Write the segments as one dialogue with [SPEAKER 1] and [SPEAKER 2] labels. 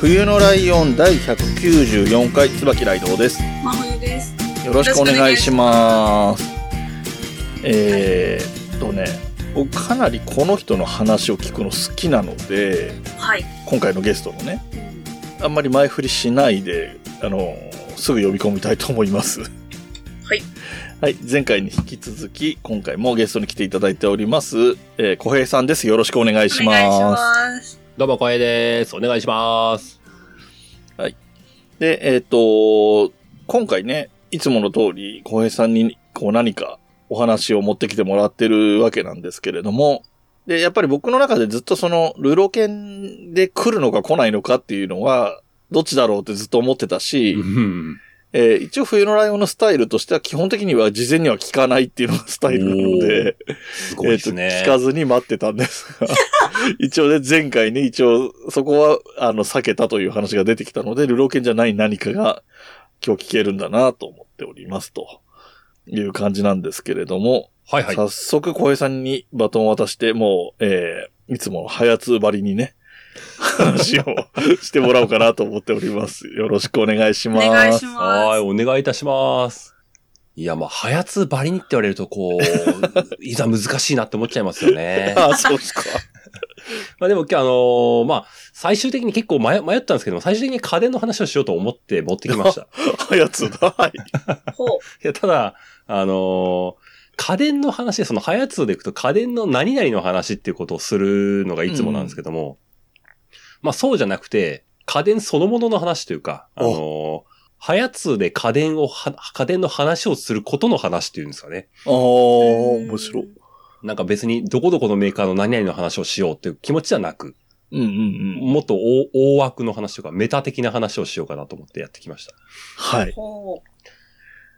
[SPEAKER 1] 冬のライオン第194回椿ライドウです
[SPEAKER 2] 真冬です
[SPEAKER 1] よろしくお願いしますえー、っとね僕かなりこの人の話を聞くの好きなので
[SPEAKER 2] はい
[SPEAKER 1] 今回のゲストのねあんまり前振りしないであのすぐ呼び込みたいと思います
[SPEAKER 2] はい
[SPEAKER 1] はい前回に引き続き今回もゲストに来ていただいております、えー、小平さんですよろしくお願いし
[SPEAKER 2] お
[SPEAKER 1] ます
[SPEAKER 2] 願いします
[SPEAKER 3] どうも、光栄です。お願いします。
[SPEAKER 1] で、えっ、と、今回ね、いつもの通り、浩平さんに、こう何かお話を持ってきてもらってるわけなんですけれども、で、やっぱり僕の中でずっとその、ルロケンで来るのか来ないのかっていうのは、どっちだろうってずっと思ってたし、
[SPEAKER 3] うん
[SPEAKER 1] えー一応冬のライオンのスタイルとしては基本的には事前には聞かないっていうのがスタイルなので、
[SPEAKER 3] す
[SPEAKER 1] えっと、聞かずに待ってたんですが、 一応ね、前回ね、一応、そこは、あの、避けたという話が出てきたので、ルロケンじゃない何かが今日聞けるんだなと思っております、という感じなんですけれども、
[SPEAKER 3] はいはい。
[SPEAKER 1] 早速、小平さんにバトンを渡して、もう、えー、いつもの早通ばりに ね、話をしてもらおうかなと思っております。よろしくお願いし
[SPEAKER 2] お
[SPEAKER 1] ます。
[SPEAKER 2] 願いし
[SPEAKER 3] は
[SPEAKER 2] ま
[SPEAKER 3] い、お願いいたします。いや、まあ、早つばりにって言われると、こう、いざ難しいなって思っちゃいますよね。
[SPEAKER 1] あ、そうですか。
[SPEAKER 3] まあでも今日あのーまあ、最終的に結構迷迷ったんですけども、最終的に家電の話をしようと思って持ってきました。い
[SPEAKER 1] 早通だ。はい。
[SPEAKER 2] すほう
[SPEAKER 3] や、ただ、あのー家電の話で、その早通でいくと家電の何々の話っていうことをするのがいつもなんですけども、まあそうじゃなくて、家電そのものの話というか、あのー早通で家電をは、家電の話をすることの話っていうんですかね。
[SPEAKER 1] ああ、面白い。
[SPEAKER 3] なんか別にどこどこのメーカーの何々の話をしようっていう気持ちじゃなく、
[SPEAKER 1] うんうんうん。
[SPEAKER 3] もっと大大枠の話とかメタ的な話をしようかなと思ってやってきました。
[SPEAKER 1] はい。
[SPEAKER 2] ほ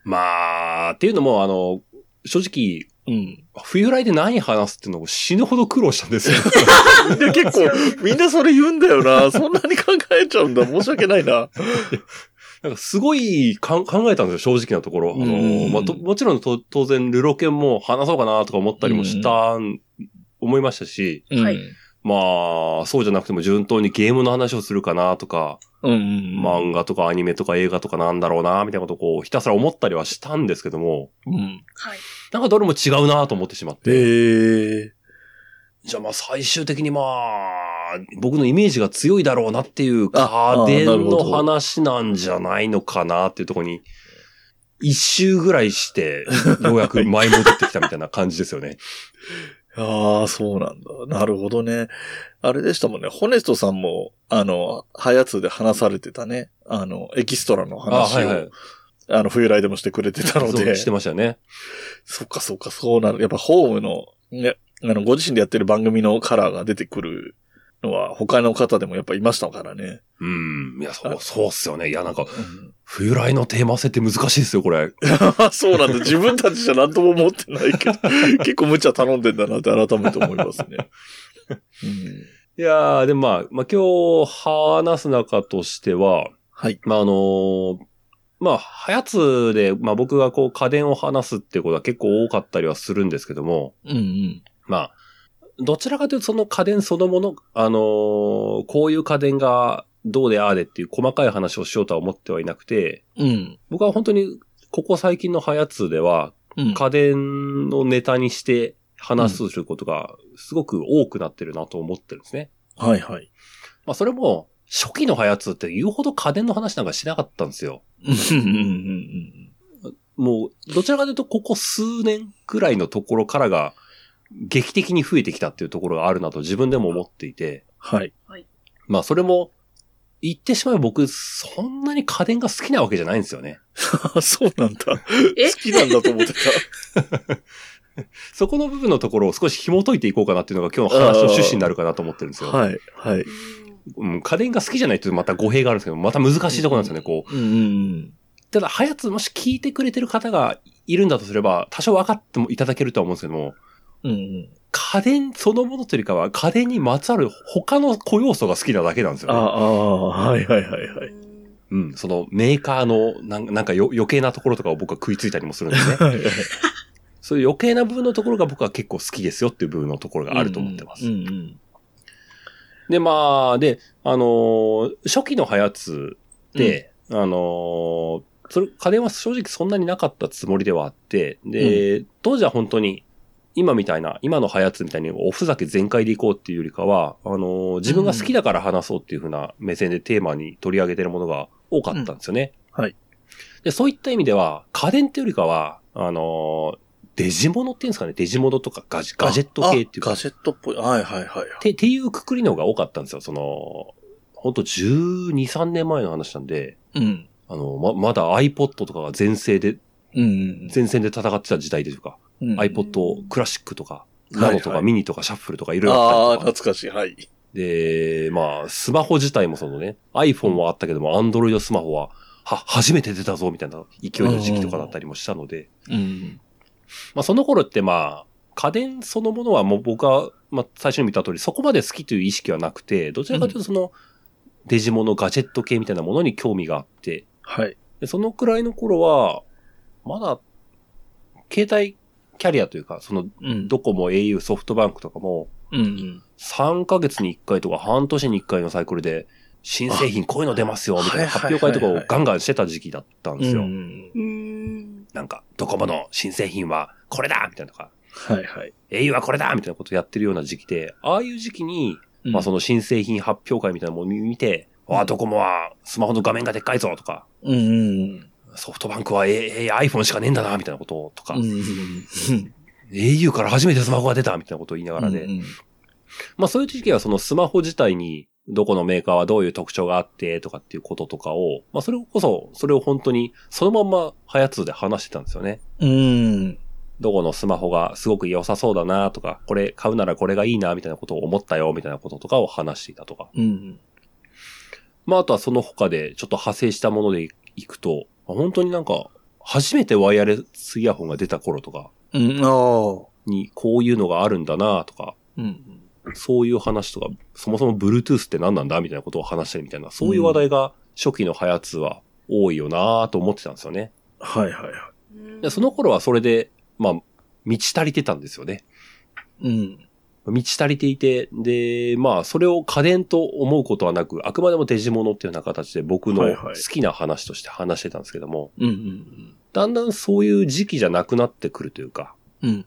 [SPEAKER 3] まあ、っていうのも、あの、正直、
[SPEAKER 1] うん。
[SPEAKER 3] 冬来で何話すっていうのを死ぬほど苦労したん ですよ。
[SPEAKER 1] で結構、みんなそれ言うんだよな。そんなに考えちゃうんだ。申し訳ないな。
[SPEAKER 3] なんかすごいかん考えたんですよ、正直なところ。あ
[SPEAKER 1] うんうんう
[SPEAKER 3] の、
[SPEAKER 1] ん
[SPEAKER 3] まあ、ともちろんと当然、ルロケンも話そうかなとか思ったりもした、思いましたし、
[SPEAKER 2] はい
[SPEAKER 3] まあ、そうじゃなくても順当にゲームの話をするかなとか、
[SPEAKER 1] うんうん。あ、
[SPEAKER 3] 漫画とかアニメとか映画とかなんだろうな、みたいなことをこうひたすら思ったりはしたんですけども、
[SPEAKER 1] うん。
[SPEAKER 2] うはい
[SPEAKER 3] なんかどれも違うなと思ってしまって。
[SPEAKER 1] ええ。
[SPEAKER 3] じゃあまあ最終的にまあ、僕のイメージが強いだろうなっていう
[SPEAKER 1] ああ
[SPEAKER 3] 家電
[SPEAKER 1] なるほ
[SPEAKER 3] の
[SPEAKER 1] ど
[SPEAKER 3] 話なんじゃないのかなっていうところに、一周ぐらいして、ようやく舞い戻ってきたみたいな感じですよね。
[SPEAKER 1] ああ、そうなんだ。なるほどね。あれでしたもんね。ホネストさんも、あの、ハヤツで話されてたね。あの、エキストラの
[SPEAKER 3] あ
[SPEAKER 1] 話を、
[SPEAKER 3] は
[SPEAKER 1] あ,、
[SPEAKER 3] いはい。
[SPEAKER 1] の、冬来でもしてくれてたの
[SPEAKER 3] そう
[SPEAKER 1] で。
[SPEAKER 3] してましたよね。
[SPEAKER 1] そっかそっか、そうなる。やっぱホームの、ね、あの、ご自身でやってる番組のカラーが出てくるのは、他の方でもやっぱいましたからね。
[SPEAKER 3] うん。いや、そ
[SPEAKER 1] あ
[SPEAKER 3] う、そうっすよね。いや、なんか、冬来のテーマ性って難しいですよ、これ。
[SPEAKER 1] あそうなんだ。自分たちじゃ何とも思ってないけど、 結構無茶頼んでんだなって改めて思いますね。うん、
[SPEAKER 3] いやー、でもまあ、まあ今日話す中としては、
[SPEAKER 1] はい。
[SPEAKER 3] まああのーまあ、はやつで、まあ僕がこう家電を話すっていうことは結構多かったりはするんですけども、
[SPEAKER 1] うんうん。
[SPEAKER 3] まあ、どちらかというとその家電そのもの、あのーこういう家電がどうでああでっていう細かい話をしようとは思ってはいなくて、
[SPEAKER 1] うん。
[SPEAKER 3] 僕は本当にここ最近のはやつでは
[SPEAKER 1] うん。
[SPEAKER 3] 家電をネタにして話すということがすごく多くなってるなと思ってるんですね。
[SPEAKER 1] はいはい。
[SPEAKER 3] まあそれも初期のはやつって言うほど家電の話なんかしなかったんですよ。
[SPEAKER 1] うんうんうん
[SPEAKER 3] もう、どちらかというと、ここ数年くらいのところからが、劇的に増えてきたっていうところがあるなと自分でも思っていて、
[SPEAKER 1] はい。
[SPEAKER 3] まあそれも、言ってしまえば僕、そんなに家電が好きなわけじゃないんですよね。
[SPEAKER 1] あ そうなんだ。
[SPEAKER 2] え。
[SPEAKER 1] 好きなんだと思ってた。
[SPEAKER 3] そこ の部分のところを少し紐解いていこうかなっていうのが今日の話の趣旨になるかなと思ってるんですよ。
[SPEAKER 1] はい。はいう
[SPEAKER 2] ん
[SPEAKER 3] うん家電が好きじゃないというまた語弊があるんですけど、また難しいところなんですよね、こう。
[SPEAKER 1] うんうん
[SPEAKER 3] ただ、はやつ、もし聞いてくれてる方がいるんだとすれば、多少分かってもいただけるとは思うんですけども、
[SPEAKER 1] うん。うん
[SPEAKER 3] 家電そのものというよりかは、家電にまつわる他の小要素が好きなだけなんです
[SPEAKER 1] あ
[SPEAKER 3] よね。
[SPEAKER 1] あ、はいはいはいは
[SPEAKER 2] う
[SPEAKER 1] い。
[SPEAKER 2] ん
[SPEAKER 3] うん。そのメーカーのなんなんかよ余計なところとかを僕は食いついたりもするん
[SPEAKER 1] 。
[SPEAKER 3] ですね
[SPEAKER 1] はいはい
[SPEAKER 3] そういう余計な部分のところが僕は結構好きですよっていう部分のところがあると思ってます。
[SPEAKER 1] うんうん
[SPEAKER 3] で、まあ、で、あのー初期のハヤツで、あのーそれ、家電は正直そんなになかったつもりではあって、で、当時は本当に、今みたいな、今のハヤツみたいにおふざけ全開でいこうっていうよりかは、あのー自分が好きだから話そうっていうふうな目線でテーマに取り上げてるものが多かったんですよね。
[SPEAKER 1] うんはい。
[SPEAKER 3] で、そういった意味では、家電っていうよりかは、あのーデジモノっていうんですかね、デジモノとかガジガジェット系ってい
[SPEAKER 1] あ
[SPEAKER 3] うか
[SPEAKER 1] ガ。ジェットっぽい。はいはいはい。
[SPEAKER 3] って、っていうくくりの方が多かったんですよ。その、ほんと12、3年前の話なんで、
[SPEAKER 1] うん。
[SPEAKER 3] あの、ま、まだ iPod とかが前世で、
[SPEAKER 1] うん
[SPEAKER 3] 前線で戦ってた時代というか、
[SPEAKER 1] うん。
[SPEAKER 3] iPod クラシックとか、
[SPEAKER 1] はいはい
[SPEAKER 3] ナノとかミニとかシャッフルとかいろいろ
[SPEAKER 1] あ
[SPEAKER 3] あ
[SPEAKER 1] あ、
[SPEAKER 3] ったりと
[SPEAKER 1] 懐
[SPEAKER 3] か。
[SPEAKER 1] かしい。はい。
[SPEAKER 3] で、まあ、スマホ自体もそのね、iPhone はあったけども、Android スマホは、は、初めて出たぞ、みたいな勢いの時期とかだったりもしたので、
[SPEAKER 1] うん。
[SPEAKER 3] まあ、その頃ってまあ、家電そのものはもう僕は、まあ、最初に見た通り、そこまで好きという意識はなくて、どちらかというとその、デジモノ、ガジェット系みたいなものに興味があって、
[SPEAKER 1] はい。
[SPEAKER 3] でそのくらいの頃は、まだ、携帯キャリアというか、その、
[SPEAKER 1] うん
[SPEAKER 3] ドコモ、au、ソフトバンクとかも、
[SPEAKER 1] うん。
[SPEAKER 3] 3ヶ月に1回とか半年に1回のサイクルで、新製品こういうの出ますよ、みたいな
[SPEAKER 1] はい
[SPEAKER 3] 発
[SPEAKER 1] はいはい
[SPEAKER 3] 表会とかをガンガンしてた時期だったんですよ。
[SPEAKER 1] ん。
[SPEAKER 2] うん。
[SPEAKER 3] なんか、ドコモの新製品はこれだみたいなとか、
[SPEAKER 1] はいはい。
[SPEAKER 3] 英雄はこれだみたいなことをやってるような時期で、ああいう時期に、
[SPEAKER 1] うん
[SPEAKER 3] まあその新製品発表会みたいなものを見て、
[SPEAKER 1] うん
[SPEAKER 3] わあ、ドコモはスマホの画面がでっかいぞとか、
[SPEAKER 1] うんうん。
[SPEAKER 3] ソフトバンクはえ、え、iPhone しかねえんだな、みたいなこととか、
[SPEAKER 1] うん。
[SPEAKER 3] au から初めてスマホが出た、みたいなことを言いながらで、
[SPEAKER 1] うん
[SPEAKER 3] まあそういう時期はそのスマホ自体に、どこのメーカーはどういう特徴があって、とかっていうこととかを、まあそれこそ、それを本当に、そのまんま、ハヤツーで話してたんですよね。
[SPEAKER 1] うん。
[SPEAKER 3] どこのスマホがすごく良さそうだなとか、これ買うならこれがいいなみたいなことを思ったよみたいなこととかを話していたとか。
[SPEAKER 1] うん。
[SPEAKER 3] まああとはその他でちょっと派生したものでいくと、本当になんか初めてワイヤレスイヤホンが出た頃とか
[SPEAKER 1] うん。ああ。
[SPEAKER 3] にこういうのがあるんだなとか、
[SPEAKER 1] うん。
[SPEAKER 3] そういう話とか、そもそも Bluetooth って何なんだみたいなことを話したりみたいな、そういう話題が初期のハヤツは多いよなと思ってたんですよね。
[SPEAKER 1] はいはいはい。
[SPEAKER 3] でその頃はそれで、まあ、満ち足りてたんですよね。
[SPEAKER 1] うん。
[SPEAKER 3] 満ち足りていて、で、まあ、それを家電と思うことはなく、あくまでもデジモノっていうような形で僕
[SPEAKER 1] はいは
[SPEAKER 3] の好
[SPEAKER 1] い
[SPEAKER 3] きな話として話してたんですけども、
[SPEAKER 1] うんうん。
[SPEAKER 3] だんだんそういう時期じゃなくなってくるというか、
[SPEAKER 1] うん。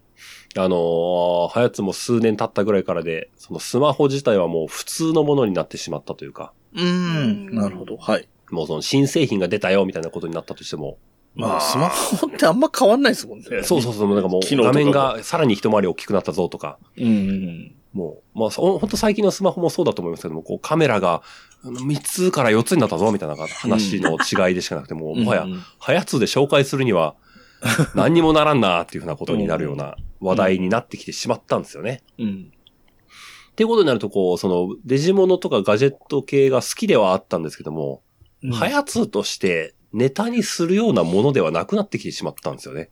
[SPEAKER 3] あのー、はやつも数年経ったぐらいからで、そのスマホ自体はもう普通のものになってしまったというか、
[SPEAKER 1] うん。なるほど。はい。
[SPEAKER 3] もうその新製品が出たよみたいなことになったとしても、
[SPEAKER 1] まあ、スマホってあんま変わんないですもんね。
[SPEAKER 3] そうそうそう、なんかも
[SPEAKER 1] 機
[SPEAKER 3] う
[SPEAKER 1] 能と
[SPEAKER 3] 画
[SPEAKER 1] かも
[SPEAKER 3] 面がさらに一回り大きくなったぞとか、
[SPEAKER 1] う。うん。
[SPEAKER 3] もう、まあ、ほんほんと最近のスマホもそうだと思いますけども、こうカメラがあの3つから4つになったぞ、みたいな話の違いでしかなくて、もう、もはや、はやつで紹介するには、何にもならんな、っていうふうなことになるような話題になってきてしまったんですよね。
[SPEAKER 1] うん。
[SPEAKER 3] っていうことになると、こう、その、デジモノとかガジェット系が好きではあったんですけども、はやつとしてネタにするようなものではなくなってきてしまったんですよね。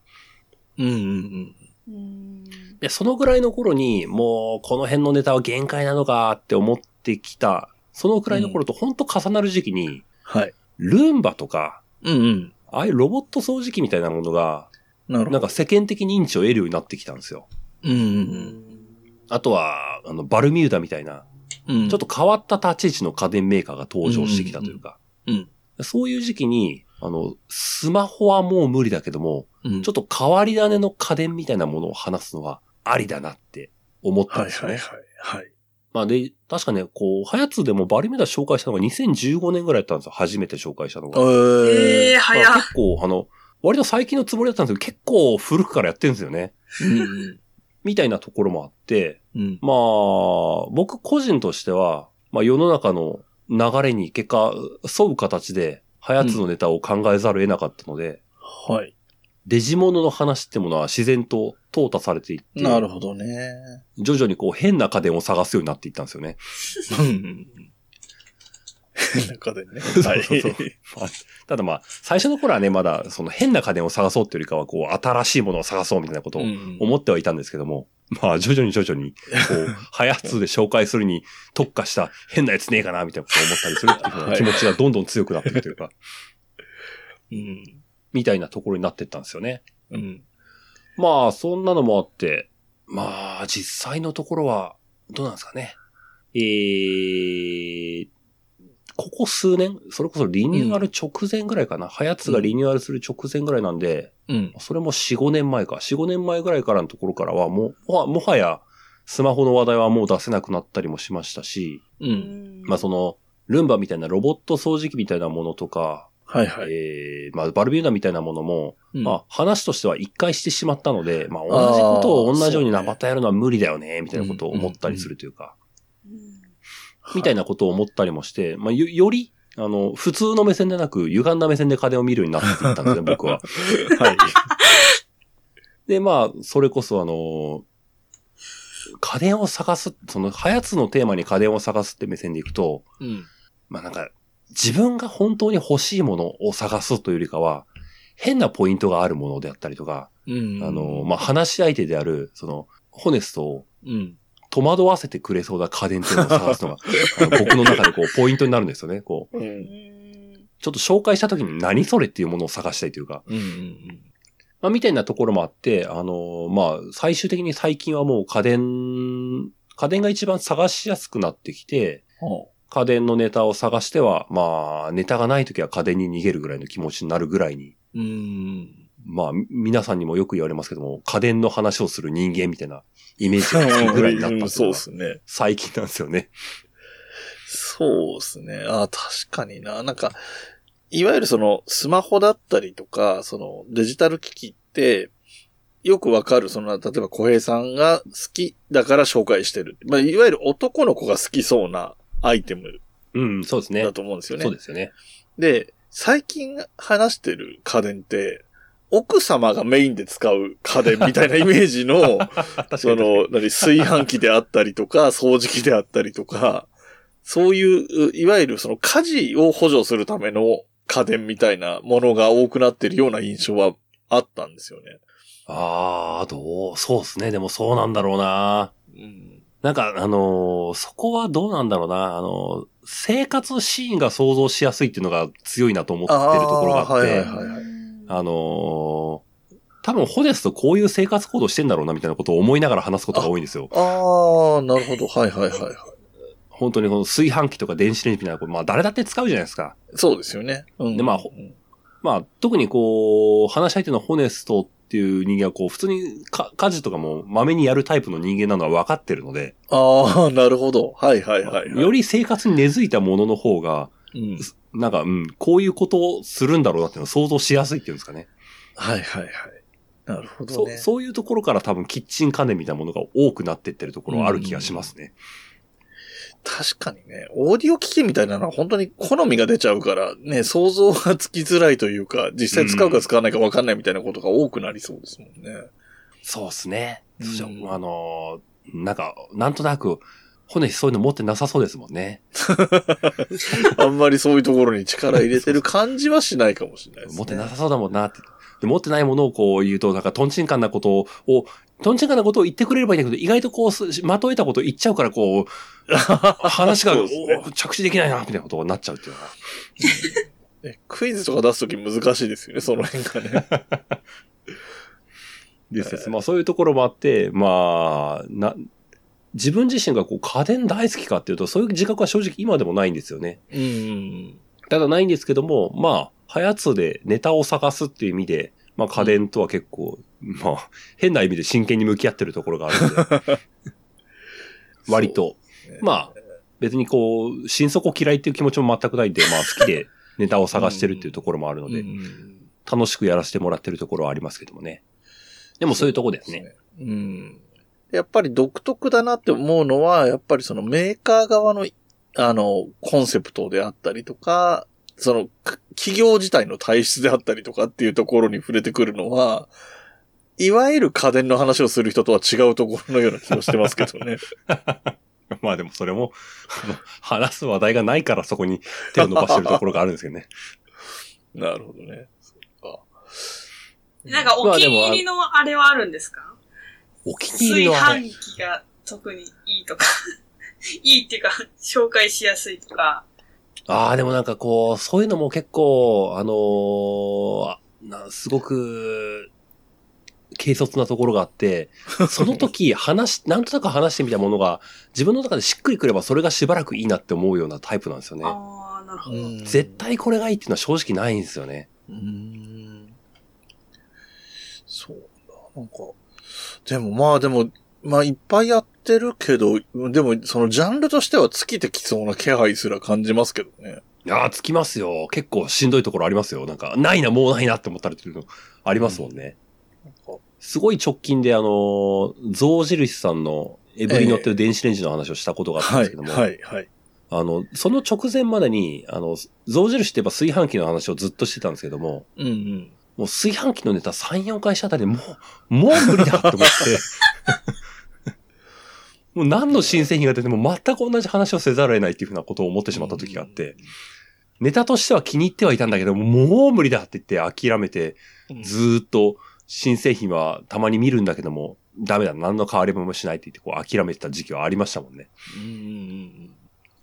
[SPEAKER 1] うんうん
[SPEAKER 2] うん。
[SPEAKER 3] で、そのぐらいの頃に、もう、この辺のネタは限界なのかって思ってきた、そのくらいの頃と本当重なる時期に、
[SPEAKER 1] はい。
[SPEAKER 3] ルンバとか、
[SPEAKER 1] うんうん。
[SPEAKER 3] ああいうロボット掃除機みたいなものが、
[SPEAKER 1] なるほ
[SPEAKER 3] なん
[SPEAKER 1] ど。
[SPEAKER 3] か世間的認知を得るようになってきたんですよ。
[SPEAKER 1] うん。
[SPEAKER 3] あとは、あの、バルミューダみたいな、
[SPEAKER 1] うん。
[SPEAKER 3] ちょっと、変わった立ち位置の家電メーカーが登場してきたというか、
[SPEAKER 1] うんうん
[SPEAKER 3] そういう時期に、あの、スマホはもう無理だけども、
[SPEAKER 1] うん
[SPEAKER 3] ちょっと変わり種の家電みたいなものを話すのはありだなって思ったん
[SPEAKER 1] はい
[SPEAKER 3] ですよ
[SPEAKER 1] はい
[SPEAKER 3] ね。
[SPEAKER 1] はい。はい。
[SPEAKER 3] まあで、確かね、こう、ハヤツでもバリメダ紹介したのが2015年ぐらいだったんですよ。初めて紹介したのが。
[SPEAKER 2] ええ、
[SPEAKER 3] まあ
[SPEAKER 2] 早っ。
[SPEAKER 3] 結構、あの、割と最近のつもりだったんですけど、結構古くからやってるんですよね。
[SPEAKER 1] うん
[SPEAKER 3] みたいなところもあって、
[SPEAKER 1] うん。
[SPEAKER 3] まあ、僕個人としては、まあ世の中の流れに結果、沿う形で、ハヤツのネタを考えざるを得なかったので、
[SPEAKER 1] はい。
[SPEAKER 3] デジモノの話ってものは自然と淘汰されていって、
[SPEAKER 1] なるほどね。
[SPEAKER 3] 徐々にこう変な家電を探すようになっていったんですよね。
[SPEAKER 1] うん中でね。
[SPEAKER 3] そ
[SPEAKER 1] は
[SPEAKER 3] うそうそう
[SPEAKER 1] い。
[SPEAKER 3] まあただまあ、最初の頃はね、まだ、その変な家電を探そうっていうよりかは、こう、新しいものを探そうみたいなことを
[SPEAKER 1] うん
[SPEAKER 3] 思ってはいたんですけども、まあ、徐々に徐々に、こう、ハヤツで紹介するに特化した変なやつねえかな、みたいなことを思ったりするっていうふうな気持ちがどんどん強くなっていくというか、
[SPEAKER 1] うん。
[SPEAKER 3] みたいなところになってったんですよね。
[SPEAKER 1] うん。
[SPEAKER 3] まあ、そんなのもあって、まあ、実際のところは、どうなんですかね。えー、ここ数年、それこそリニューアル直前ぐらいかな。ハヤツがリニューアルする直前ぐらいなんで、
[SPEAKER 1] うん。
[SPEAKER 3] それも4、5年前か。4、5年前ぐらいからのところからは、もう、もはもはや、スマホの話題はもう出せなくなったりもしましたし、
[SPEAKER 1] うん。
[SPEAKER 3] まあその、ルンバみたいなロボット掃除機みたいなものとか、
[SPEAKER 1] はいはい。
[SPEAKER 3] えー、まあバルビューダみたいなものも、
[SPEAKER 1] うん
[SPEAKER 3] まあ、話としては一回してしまったので、まあ、同じことを同じように
[SPEAKER 1] あ
[SPEAKER 3] な
[SPEAKER 1] ー
[SPEAKER 3] またやるのは無理だよね、みたいなことを思ったりするというか、
[SPEAKER 2] うん
[SPEAKER 3] みたいなことを思ったりもして、まあ、よより、あの、普通の目線でなく、歪んだ目線で家電を見るようになっていったんですね、僕は。
[SPEAKER 1] はい。
[SPEAKER 3] で、まあ、それこそあの、家電を探す、その、ハヤツのテーマに家電を探すって目線でいくと、
[SPEAKER 1] うん。
[SPEAKER 3] まあなんか、自分が本当に欲しいものを探すというよりかは、変なポイントがあるものであったりとか、
[SPEAKER 1] うん。
[SPEAKER 3] あの、まあ、話し相手である、その、ホネストを
[SPEAKER 1] うん。
[SPEAKER 3] 戸惑わせてくれそうな家電っていうのを 探すのが、あの僕の中でこう、ポイントになるんですよね。こう、
[SPEAKER 1] うん。
[SPEAKER 2] うん
[SPEAKER 3] ちょっと紹介した時に何それっていうものを探したいというか、
[SPEAKER 1] うん。うん。
[SPEAKER 3] まあ、みたいなところもあって、あの、まあ、最終的に最近はもう家電、家電が一番探しやすくなってきて、
[SPEAKER 1] ほ
[SPEAKER 3] 家電のネタを探しては、まあ、ネタがない時は家電に逃げるぐらいの気持ちになるぐらいに、
[SPEAKER 1] ううん。
[SPEAKER 3] まあ、み皆さんにもよく言われますけども、家電の話をする人間みたいなイメージがつくぐらいになったっていうのが
[SPEAKER 1] そうですね。
[SPEAKER 3] 最近なんですよね。
[SPEAKER 1] そうですね。ああ、確かにな。なんか、いわゆるそのスマホだったりとか、そのデジタル機器って、よくわかる、その、例えば小平さんが好きだから紹介してる。まあ、いわゆる男の子が好きそうなアイテム
[SPEAKER 3] うん、そうですね。
[SPEAKER 1] だと思うんですよね。
[SPEAKER 3] そうですよね。
[SPEAKER 1] で、最近話してる家電って、奥様がメインで使う家電みたいなイメージの、
[SPEAKER 3] 確かに
[SPEAKER 1] その、何、炊飯器であったりと か、掃除機であったりとか、そういう、ういわゆるその家事を補助するための家電みたいなものが多くなってるような印象はあったんですよね。
[SPEAKER 3] ああ、どう、そうですね。でもそうなんだろうな。
[SPEAKER 1] うん。
[SPEAKER 3] なんか、あのーそこはどうなんだろうな。あのー生活シーンが想像しやすいっていうのが強いなと思ってるところがあって、あ,、
[SPEAKER 1] あーはいはい
[SPEAKER 3] のー多分、ホネスとこういう生活行動してんだろうな、みたいなことを思いながら話すことが多いんですよ。
[SPEAKER 1] ああ、なるほど。はいはいはいはい。
[SPEAKER 3] 本当にこの炊飯器とか電子レンジみたいなこと、まあ誰だって使うじゃないですか。
[SPEAKER 1] そうですよね。うん、
[SPEAKER 3] でまあほまあ、特にこう、話し相手のホネストっていう人間はこう、普通にか家事とかもまめにやるタイプの人間なのは分かってるので、
[SPEAKER 1] ああ、なるほど。はいはいはい、はい。
[SPEAKER 3] より生活に根付いたものの方が、
[SPEAKER 1] うん、
[SPEAKER 3] なんか、うん、こういうことをするんだろうなっていうのを想像しやすいっていうんですかね。
[SPEAKER 1] はいはいはい。なるほど、
[SPEAKER 3] そ
[SPEAKER 1] ね。
[SPEAKER 3] そういうところから多分キッチン家電みたいなものが多くなってってるところはある気がしますね。
[SPEAKER 1] 確かにね、オーディオ機器みたいなのは本当に好みが出ちゃうから、ね、想像がつきづらいというか、実際使うか使わないか分かんないみたいなことが多くなりそうですもん ね。
[SPEAKER 3] そうですね。
[SPEAKER 1] うん
[SPEAKER 3] そしたらあのーなんか、なんとなく、骨そういうの持ってなさそうですもんね。
[SPEAKER 1] あんまりそういうところに力入れてる感じはしないかもしれないですね。
[SPEAKER 3] 持ってなさそうだもんなって。で持ってないものをこう言うと、なんか、とんちんかんなことを、とんちんかんなことを言ってくれればいいんだけど、意外とこうす、まとえたことを言っちゃうから、こう、 話が、
[SPEAKER 1] そうですね
[SPEAKER 3] お着地できないな、みたいなことになっちゃうっていうのは。
[SPEAKER 1] ねクイズとか出すとき難しいですよね、その辺がね。
[SPEAKER 3] ですです。まあそういうところもあって、まあ、な、自分自身がこう家電大好きかっていうと、そういう自覚は正直今でもないんですよね。
[SPEAKER 1] うん。
[SPEAKER 3] ただないんですけども、まあ、ハヤツでネタを探すっていう意味で、まあ家電とは結構、まあ、変な意味で真剣に向き合ってるところがあるので、 割と。
[SPEAKER 1] そうね。
[SPEAKER 3] まあ、別にこう、心底嫌いっていう気持ちも全くないんで、まあ好きでネタを探してるっていうところもあるの
[SPEAKER 1] うんう
[SPEAKER 3] で、
[SPEAKER 1] ん、
[SPEAKER 3] 楽しくやらせてもらってるところはありますけどもね。でもそういうとこですね。
[SPEAKER 1] そうですね。うん。やっぱり独特だなって思うのは、やっぱりそのメーカー側の、あの、コンセプトであったりとか、その、く企業自体の体質であったりとかっていうところに触れてくるのは、いわゆる家電の話をする人とは違うところのような気がしてますけどね。
[SPEAKER 3] まあでもそれも、あの話す話題がないからそこに手を伸ばしてるところがあるんですけどね。
[SPEAKER 1] なるほどね。そっか
[SPEAKER 2] なんかお気に入りのあれはあるんですか
[SPEAKER 3] お気に入り
[SPEAKER 2] 炊
[SPEAKER 3] のあれ
[SPEAKER 2] 飯器が特にいいとか、 いいっていうか、紹介しやすいとか。
[SPEAKER 3] ああ、でもなんかこう、そういうのも結構、あのーあなすごく、軽率なところがあって、 その時話し、なんとなく話してみたものが、自分の中でしっくりくればそれがしばらくいいなって思うようなタイプなんですよね。
[SPEAKER 2] ああ、なるほど。
[SPEAKER 3] 絶。対これがいいっていうのは正直ないんですよね。
[SPEAKER 1] うん。そうだ。なんか、でもまあでも、まあいっぱいやってるけど、でもそのジャンルとしては尽きてきそうな気配すら感じますけどね。
[SPEAKER 3] いやー、つきますよ。結構しんどいところありますよ。なんか、ないな、もうないなって思ったりっていうのありますもんね。
[SPEAKER 1] なんか
[SPEAKER 3] すごい直近で、あのー、象印さんのエブリノっていう電子レンジの話をしたことがあったん
[SPEAKER 1] は
[SPEAKER 3] です
[SPEAKER 1] い、
[SPEAKER 3] けども、
[SPEAKER 1] はい、はい。
[SPEAKER 3] あの、その直前までに、あの、象印って言えば炊飯器の話をずっとしてたんですけども、
[SPEAKER 1] うんうん。
[SPEAKER 3] もう炊飯器のネタ3、4回したあたりでもう、もう無理だと思って、 もう何の新製品が出ても全く同じ話をせざるを得ないっていうふうなことを思ってしまった時があって、ネタとしては気に入ってはいたんだけど、もう無理だって言って諦めて、
[SPEAKER 1] うん、
[SPEAKER 3] ずーっと新製品はたまに見るんだけども、ダメだ、何の変わりもしないって言って、こう諦めてた時期はありましたもんね。
[SPEAKER 1] うんうんうん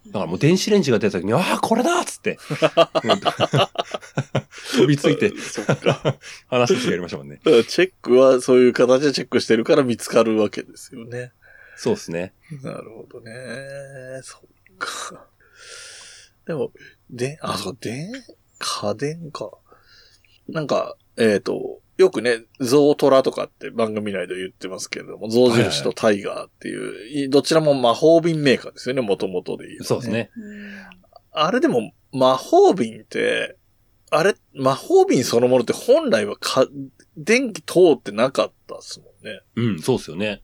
[SPEAKER 3] だからもう電子レンジが出た時に、ああ、これだっつ って、うん飛びついて。
[SPEAKER 1] そっか。
[SPEAKER 3] 話してやりましたもんね。
[SPEAKER 1] だからチェックはそういう形でチェックしてるから見つかるわけですよね。
[SPEAKER 3] そうですね。
[SPEAKER 1] なるほどね。そっか。でも、で、あ、そう、で、家電か。なんか、えっ、と、よくね、ゾウトラとかって番組内で言ってますけれども、象印とタイガーっていう、いどちらも魔法瓶メーカーですよね、もともとで言う、
[SPEAKER 3] そうです。ね。
[SPEAKER 1] あれでも、魔法瓶って、あれ、魔法瓶そのものって本来はか、電気通ってなかったですもんね。
[SPEAKER 3] うん、そうですよね。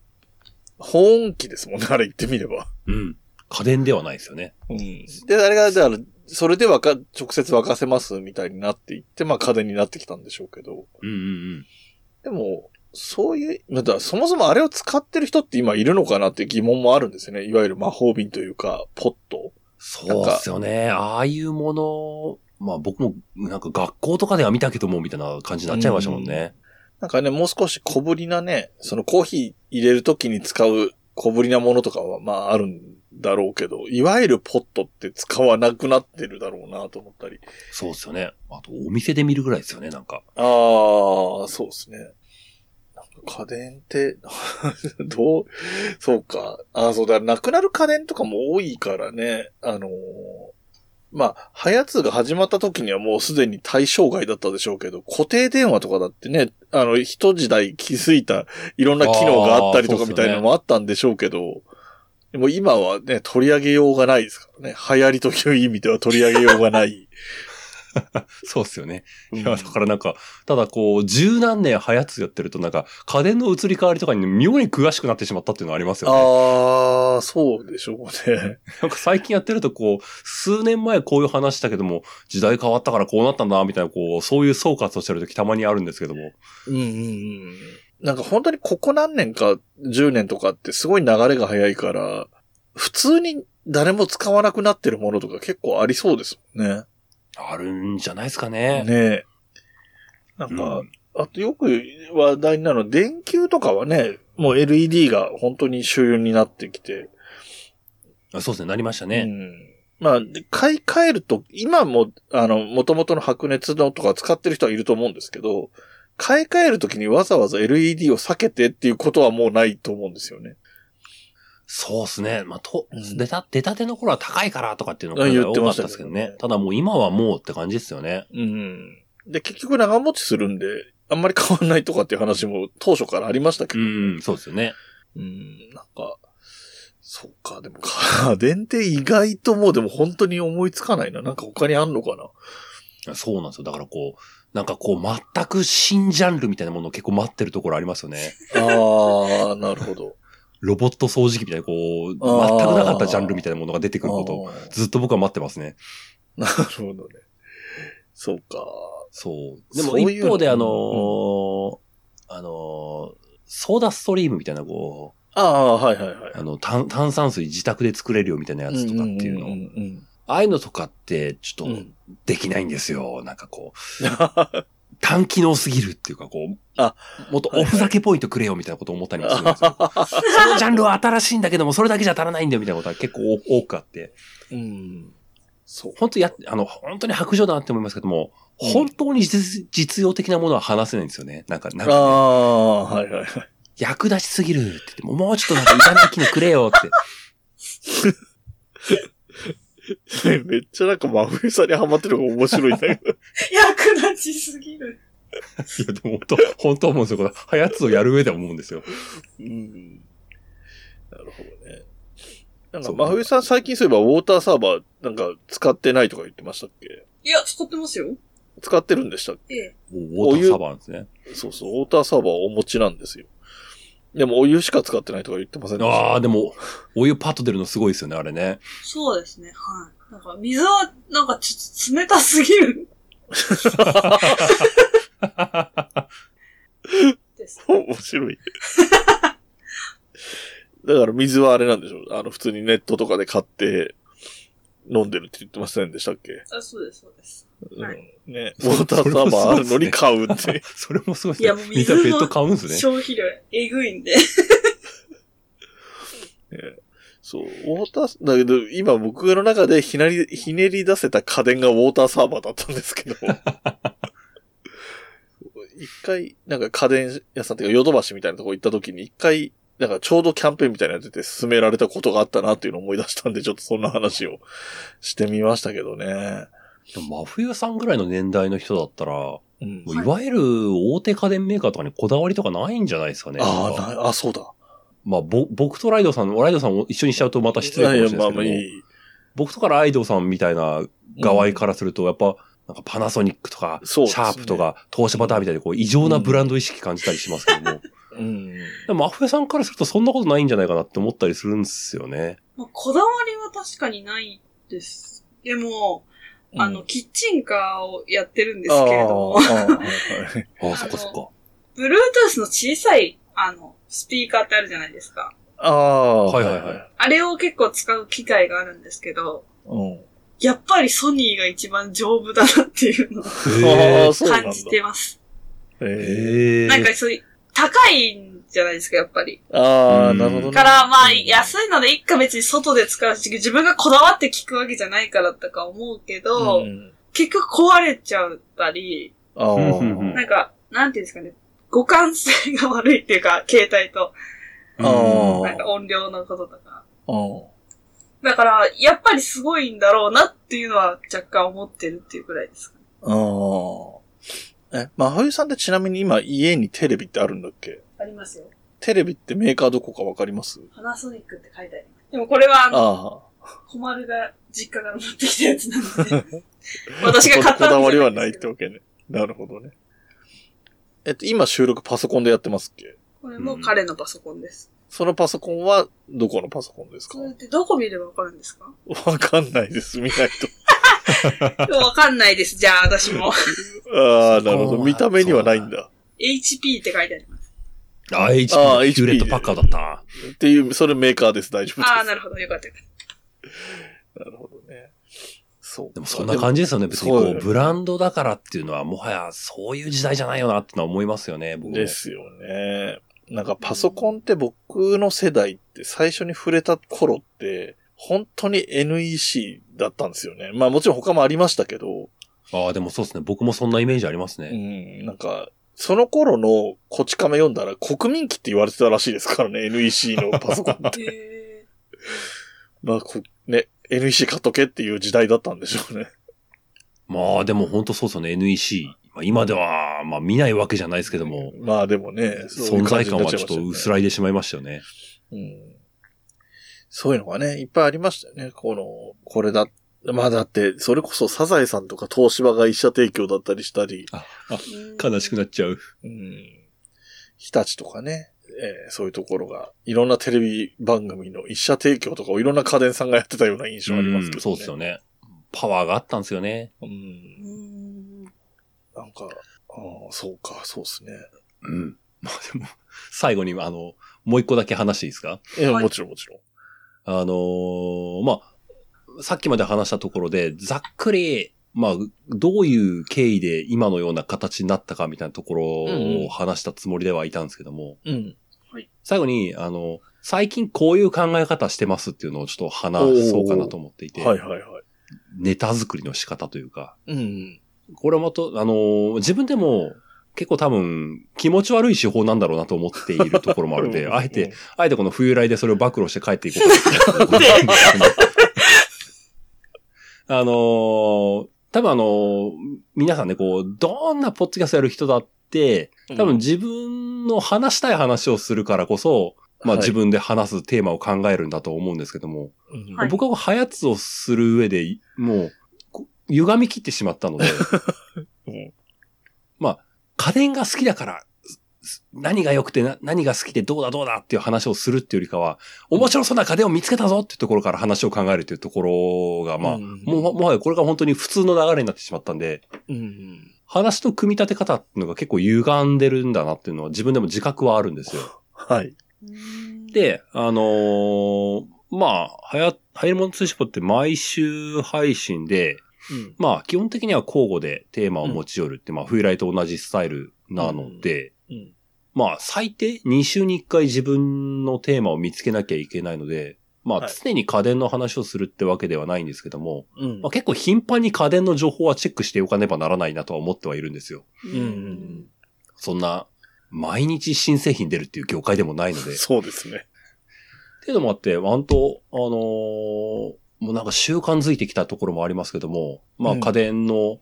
[SPEAKER 1] 保温器ですもんね、あれ言ってみれば。
[SPEAKER 3] うん。家電ではないですよね。
[SPEAKER 1] で、あれが、だから、それでわか、直接沸かせますみたいになっていって、まあ家電になってきたんでしょうけど。
[SPEAKER 3] うんうん
[SPEAKER 1] でも、そういう、まあだからそもそもあれを使ってる人って今いるのかなっていう疑問もあるんですよね。いわゆる魔法瓶というか、ポット。
[SPEAKER 3] そうですよね。ああいうもの、まあ僕もなんか学校とかでは見たけども、みたいな感じになっちゃいましたもんね。
[SPEAKER 1] なんかね、もう少し小ぶりなね、そのコーヒー入れるときに使う小ぶりなものとかはまああるんだろうけど、いわゆるポットって使わなくなってるだろうなと思ったり。
[SPEAKER 3] そうですよね。あとお店で見るぐらいですよね、なんか。
[SPEAKER 1] ああ、そうですね。なんか家電って、 どう、そうか。ああ、そうだ、なくなる家電とかも多いからね。あのーまあ、ハヤツが始まった時にはもうすでに対象外だったでしょうけど、固定電話とかだってね、あの、一時代気づいたいろんな機能があったりと
[SPEAKER 3] あ
[SPEAKER 1] か
[SPEAKER 3] ー
[SPEAKER 1] みたいなのもあったんでしょうけど、でも今はね、取り上げようがないですからね。流行りという意味では取り上げようがない。
[SPEAKER 3] そうですよね。
[SPEAKER 1] うん
[SPEAKER 3] いや、だからなんか、ただこう、十何年早やつやってるとなんか、家電の移り変わりとかに妙に詳しくなってしまったっていうのはありますよね。
[SPEAKER 1] ああ、そうでしょうね。
[SPEAKER 3] なんか最近やってるとこう、数年前こういう話したけども、時代変わったからこうなったんだ、みたいな、こう、そういう総括をしてる時たまにあるんですけども。
[SPEAKER 1] うんうんうん。なんか本当にここ何年か、10年とかってすごい流れが早いから、普通に誰も使わなくなってるものとか結構ありそうですもんね。
[SPEAKER 3] あるんじゃないですかね。
[SPEAKER 1] ねえ。なんか、
[SPEAKER 3] うん
[SPEAKER 1] あとよく話題なの、電球とかはね、もう LED が本当に主流になってきて、
[SPEAKER 3] あそうですね、なりました
[SPEAKER 1] う
[SPEAKER 3] ね。
[SPEAKER 1] ん。まあ、で買い替えると、今も、あの、元々の白熱のとか使ってる人はいると思うんですけど、買い替えるときにわざわざ LED を避けてっていうことはもうないと思うんですよね。
[SPEAKER 3] そうですね。まあ、と
[SPEAKER 1] う、ん
[SPEAKER 3] 出た、出たての頃は高いからとかっていうのが
[SPEAKER 1] あ言って
[SPEAKER 3] 多か
[SPEAKER 1] ま
[SPEAKER 3] っ
[SPEAKER 1] した
[SPEAKER 3] た
[SPEAKER 1] けどね
[SPEAKER 3] ですけどね。ただもう今はもうって感じですよね。
[SPEAKER 1] うん。で、結局長持ちするんで、あんまり変わんないとかっていう話も当初からありましたけ
[SPEAKER 3] う
[SPEAKER 1] ど。
[SPEAKER 3] ん、そうですよね。
[SPEAKER 1] うん、なんか、そうか、でも家電って意外ともうでも本当に思いつかないな。なんか他にあんのかな。
[SPEAKER 3] そうなんですよ。だからこう、なんかこう、全く新ジャンルみたいなものを結構待ってるところありますよね。
[SPEAKER 1] ああ、 なるほど。
[SPEAKER 3] ロボット掃除機みたいな、こう、全く
[SPEAKER 1] あー
[SPEAKER 3] なかったジャンルみたいなものが出てくることを、
[SPEAKER 1] あー
[SPEAKER 3] ずっと僕は待ってますね。
[SPEAKER 1] なるほどね。そうか。
[SPEAKER 3] そう。でも
[SPEAKER 1] そういう
[SPEAKER 3] 一方で、
[SPEAKER 1] うん
[SPEAKER 3] あのーあのーソーダストリームみたいな、こう、
[SPEAKER 1] ああ、はいはいはい。
[SPEAKER 3] あの、炭炭酸水自宅で作れるよみたいなやつとかっていうの。
[SPEAKER 1] んん
[SPEAKER 3] ああいうのとかって、ちょ
[SPEAKER 1] うんう
[SPEAKER 3] っと
[SPEAKER 1] ん
[SPEAKER 3] できないんですよ。なんかこう、単機能すぎるっていうか、こう、
[SPEAKER 1] あ
[SPEAKER 3] もっとおふざけポイントくれよみたいなこと思ったりもするんです けど、そのジャンルは新しいんだけども、それだけじゃ足らないんだよみたいなことは結構多くあって、
[SPEAKER 1] うん。そう。
[SPEAKER 3] 本当や、あの、本当に白状だなって思いますけども、
[SPEAKER 1] うん
[SPEAKER 3] 本当に実実用的なものは話せないんですよね。なんか、なん
[SPEAKER 1] あ
[SPEAKER 3] か、
[SPEAKER 1] あ、はいはいはい。
[SPEAKER 3] 役立ちすぎるって言って、もうちょっとなんかいかない機能くれよって。
[SPEAKER 1] ね めっちゃなんか真冬さんにハマってるのが面白いんだけど。
[SPEAKER 2] 役立ちすぎる。
[SPEAKER 3] いや、でも本当、本当思うんですよ。これ、はやつをやる上では思うんですよ。
[SPEAKER 1] うん。なるほどね。なんか
[SPEAKER 3] そう
[SPEAKER 1] 真冬さん最近そういえばウォーターサーバーなんか使ってないとか言ってましたっけ
[SPEAKER 2] いや、使ってますよ。
[SPEAKER 1] 使ってるんでしたっ
[SPEAKER 2] ええ。
[SPEAKER 3] おウォーターサーバーなんですね。
[SPEAKER 1] けそうそう、ウォーターサーバーをお持ちなんですよ。でもお湯しか使ってないとか言ってませんでした。
[SPEAKER 3] ああ、でも、お湯パッと出るのすごいですよね、あれね。
[SPEAKER 2] そうですね、はい。なんか、水は、なんかちょっと冷たすぎ る。です。
[SPEAKER 1] 面白い。 だから水はあれなんでしょう。あの、普通にネットとかで買って飲んでるって言ってませんでしたっけ、
[SPEAKER 2] あ、そうです、そうです。はい
[SPEAKER 1] うん、ね。ウォーターサーバーあるのに買うって。
[SPEAKER 3] それもすごいです
[SPEAKER 2] い
[SPEAKER 3] ね。
[SPEAKER 2] やもう水
[SPEAKER 3] み
[SPEAKER 2] の
[SPEAKER 3] んなペット買うんですね。
[SPEAKER 2] 消費量、えぐいんで。
[SPEAKER 1] そう、ウォーター、だけど、今僕の中でひなり、ひねり出せた家電がウォーターサーバーだったんですけど。 一回、なんか家電屋さんっていうか、ヨドバシみたいなとこ行った時に一回、なんかちょうどキャンペーンみたいなのやってて進められたことがあったなっていうのを思い出したんで、ちょっとそんな話をしてみましたけどね。
[SPEAKER 3] でも真冬さんぐらいの年代の人だったら、も
[SPEAKER 1] うん
[SPEAKER 3] う。
[SPEAKER 2] はい
[SPEAKER 3] いわゆる大手家電メーカーとかにこだわりとかないんじゃないですかね。
[SPEAKER 1] あ
[SPEAKER 3] なんか
[SPEAKER 1] あ、なあ、そうだ。
[SPEAKER 3] まあ、ぼ僕とライドさん、ライドさんを一緒にしちゃうとまた失礼かもしれないですけども、
[SPEAKER 1] いやいや
[SPEAKER 3] 僕とかライドさんみたいな側いからすると、やっぱ、なんかパナソニックとか、
[SPEAKER 1] そうです
[SPEAKER 3] シ
[SPEAKER 1] ね
[SPEAKER 3] ャープとか、東芝だみたいでこう異常なブランド意識感じたりしますけ ども、
[SPEAKER 1] あうん。
[SPEAKER 3] でも、アフエさんからするとそんなことないんじゃないかなって思ったりするんですよね。
[SPEAKER 2] まあ、こだわりは確かにないです。でも、あの、
[SPEAKER 1] うん、
[SPEAKER 2] キッチンカーをやってるんで
[SPEAKER 1] あ
[SPEAKER 2] す
[SPEAKER 1] あ
[SPEAKER 2] けれども、
[SPEAKER 1] ああはい はい
[SPEAKER 3] ああ、そっかそ っか。
[SPEAKER 2] Bluetooth の小さい、あの、スピーカーってあるじゃないですか。
[SPEAKER 1] ああ、
[SPEAKER 3] はいはいはい。
[SPEAKER 2] あれを結構使う機会があるんですけど、
[SPEAKER 1] うん。
[SPEAKER 2] やっぱりソニーが一番丈夫だなっていうのを
[SPEAKER 1] あ
[SPEAKER 3] へ
[SPEAKER 1] あ、そうなんだ。
[SPEAKER 2] 感じてます。
[SPEAKER 1] ええ
[SPEAKER 3] え。
[SPEAKER 2] なんかそういう、高いんじゃないですか、やっぱり。
[SPEAKER 1] ああ、
[SPEAKER 3] うん
[SPEAKER 1] なるほどね。
[SPEAKER 2] から、まあ、安いので一家別に外で使うし、自分がこだわって聞くわけじゃないからとか思うけど、
[SPEAKER 1] うん
[SPEAKER 2] 結局壊れちゃったり、
[SPEAKER 1] ああ、
[SPEAKER 3] うんうんうん
[SPEAKER 2] なんか、なんていうんですかね、互換性が悪いっていうか、携帯と、
[SPEAKER 1] ああ
[SPEAKER 2] なんか音量のこととか。
[SPEAKER 1] うん
[SPEAKER 2] だから、やっぱりすごいんだろうなっていうのは若干思ってるっていうくらいですかね。
[SPEAKER 1] ああ。え、まはゆさんってちなみに今家にテレビってあるんだっけ
[SPEAKER 2] ありますよ。
[SPEAKER 1] テレビってメーカーどこかわかります
[SPEAKER 2] パナソニックって書いてあります。でもこれは、あの、
[SPEAKER 1] あ
[SPEAKER 2] 小丸が、実家から持ってきたやつなので。私が買
[SPEAKER 1] あ。
[SPEAKER 2] っ
[SPEAKER 1] こ
[SPEAKER 2] た
[SPEAKER 1] だ
[SPEAKER 2] わ
[SPEAKER 1] わ
[SPEAKER 2] け
[SPEAKER 1] り
[SPEAKER 2] じゃ
[SPEAKER 1] は
[SPEAKER 2] な
[SPEAKER 1] ないい
[SPEAKER 2] ん
[SPEAKER 1] っ
[SPEAKER 2] です
[SPEAKER 1] て
[SPEAKER 2] けど。
[SPEAKER 1] わけね。なるほどね。えっと、今収録パソコンでやってますっけ
[SPEAKER 2] これも彼のパソコンです。
[SPEAKER 1] そのパソコンはどこのパソコンですか
[SPEAKER 2] これってどこ見ればわかるんですか
[SPEAKER 1] わかんないです、見ないと。
[SPEAKER 2] わかんないです。じゃあ、私も。
[SPEAKER 1] ああ、なるほ
[SPEAKER 3] そこ
[SPEAKER 1] ど。
[SPEAKER 3] は
[SPEAKER 1] 見た目にはないんだ。
[SPEAKER 2] HP って書いてあります。
[SPEAKER 3] ああ、HP
[SPEAKER 1] ああ HP
[SPEAKER 3] ヒューレットパッカーだったな。
[SPEAKER 1] っていう、それメーカーです、大丈夫です。
[SPEAKER 2] ああ、なるほど。よかったよかっ
[SPEAKER 1] なるほどね。そう。
[SPEAKER 3] でもそんな感じですよね。別にこ
[SPEAKER 1] そうだ
[SPEAKER 3] う、
[SPEAKER 1] よね
[SPEAKER 3] ブランドだからっていうのは、もはやそういう時代じゃないよなってのは思いますよね、僕も。
[SPEAKER 1] ですよね。なんかパソコンって僕の世代って最初に触れた頃って、本当に NEC だったんですよね。まあもちろん他もありましたけど、
[SPEAKER 3] ああ、でもそうですね。僕もそんなイメージあります
[SPEAKER 1] う
[SPEAKER 3] ね。
[SPEAKER 1] ん、なんか、その頃のこち亀読んだら国民機って言われてたらしいですからね、NEC のパソコン。
[SPEAKER 2] た。へ
[SPEAKER 1] まあこ、ね、NEC 買っとけっていう時代だったんでしょうね。
[SPEAKER 3] まあ、でも本当そうですよね。NEC。まあ今では、まあ見ないわけじゃないですけども、
[SPEAKER 1] まあでもね、そうい
[SPEAKER 3] 存
[SPEAKER 1] う感
[SPEAKER 3] 在
[SPEAKER 1] じに
[SPEAKER 3] 感
[SPEAKER 1] なっ
[SPEAKER 3] は
[SPEAKER 1] ちゃ
[SPEAKER 3] ち
[SPEAKER 1] い
[SPEAKER 3] ょ
[SPEAKER 1] ました
[SPEAKER 3] っと
[SPEAKER 1] よね
[SPEAKER 3] 薄らいでしまいましたよね。
[SPEAKER 1] うんそういうのがね、いっぱいありましたよね。この、これだ。まあだって、それこそサザエさんとか東芝が一社提供だったりしたり、
[SPEAKER 2] ー
[SPEAKER 3] 悲しくなっちゃう。
[SPEAKER 1] うん、日立とかね、えーそういうところが、いろんなテレビ番組の一社提供とかをいろんな家電さんがやってたような印象ありますけど、ね
[SPEAKER 3] うんそうですよね。パワーがあったんですよね。
[SPEAKER 1] うん
[SPEAKER 2] うーん。
[SPEAKER 1] なんか、ああ、そうか、そうですね。
[SPEAKER 3] うん。まあでも、最後に、あの、もう一個だけ話していいですか
[SPEAKER 1] え、
[SPEAKER 2] はい
[SPEAKER 1] もちろんもちろん。
[SPEAKER 3] あのーまあ、さっきまで話したところで、ざっくり、まあ、どういう経緯で今のような形になったかみたいなところ
[SPEAKER 1] うんうん
[SPEAKER 3] を話したつもりではいたんですけども、
[SPEAKER 1] うん。
[SPEAKER 3] 最後に、あの、最近こういう考え方してますっていうのをちょっと話そうかなと思っていて、
[SPEAKER 1] はいはいはい。
[SPEAKER 3] ネタ作りの仕方というか、
[SPEAKER 1] うん。
[SPEAKER 3] これもと、あのー自分でも結構多分気持ち悪い手法なんだろうなと思っているところもあるんで、あえて、あえてこの冬来でそれを暴露して帰っていこうかな と思ってますけどあのー多分あのー皆さんね、こう、どんなポッドキャストやる人だって、
[SPEAKER 1] うん、
[SPEAKER 3] 多分自分の話したい話をするからこそ、ま
[SPEAKER 1] は
[SPEAKER 3] あ
[SPEAKER 1] い
[SPEAKER 3] 自分で話すテーマを考えるんだと思うんですけども、
[SPEAKER 1] うん、
[SPEAKER 2] はい
[SPEAKER 3] 僕はこうハヤツをする上で、もう、こう歪み切ってしまったので、
[SPEAKER 1] うん
[SPEAKER 3] 家電が好きだから、す何が良くてな、何が好きでどうだどうだっていう話をするっていうよりかは、面白そうな家電を見つけたぞっていうところから話を考えるっていうところが、まあ、
[SPEAKER 1] うん
[SPEAKER 3] もう、もはやこれが本当に普通の流れになってしまったんで、
[SPEAKER 1] うん。
[SPEAKER 3] 話の組み立て方っていうのが結構歪んでるんだなっていうのは自分でも自覚はある んですよ。
[SPEAKER 1] はい。
[SPEAKER 3] で、あのーまあ、はや、はやりもの通信簿って毎週配信で、
[SPEAKER 1] うん。
[SPEAKER 3] まあ、基本的には交互でテーマを持ち寄るって、まあ、冬来と同じスタイルなので、
[SPEAKER 1] うん。
[SPEAKER 3] まあ、最低2週に1回自分のテーマを見つけなきゃいけないので、ま
[SPEAKER 1] は
[SPEAKER 3] あ、
[SPEAKER 1] い
[SPEAKER 3] 常に家電の話をするってわけではないんですけども、
[SPEAKER 1] うん
[SPEAKER 3] まあ、結構頻繁に家電の情報はチェックしておかねばならないなとは思ってはいるんですよ。
[SPEAKER 2] うん
[SPEAKER 1] うん
[SPEAKER 3] そんな、毎日新製品出るっていう業界でもないの で。
[SPEAKER 1] そうですね。
[SPEAKER 3] っていうのもあって、ワンと、あのーもうなんか習慣づいてきたところもありますけども、ま
[SPEAKER 1] う
[SPEAKER 3] あ
[SPEAKER 1] ん
[SPEAKER 3] 家電の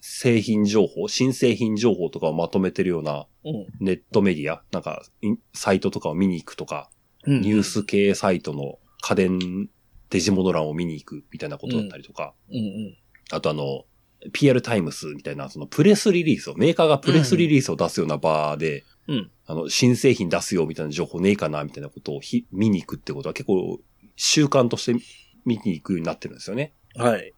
[SPEAKER 3] 製品情報、新製品情報とかをまとめてるような
[SPEAKER 1] うん。
[SPEAKER 3] ネットメディア、なんかインサイトとかを見に行くとか、
[SPEAKER 1] うん
[SPEAKER 3] ニュース系サイトの家電デジモノ欄を見に行くみたいなことだったりとか、
[SPEAKER 1] うんうん。
[SPEAKER 3] あとあの、PR タイムスみたいな、そのプレスリリースを、メーカーがプレスリリースを出すような場で、
[SPEAKER 1] うん
[SPEAKER 3] あの、新製品出すよみたいな情報ねえかな、みたいなことをひ見に行くってことは結構習慣として見に行くようになってるんですよね。
[SPEAKER 1] はい。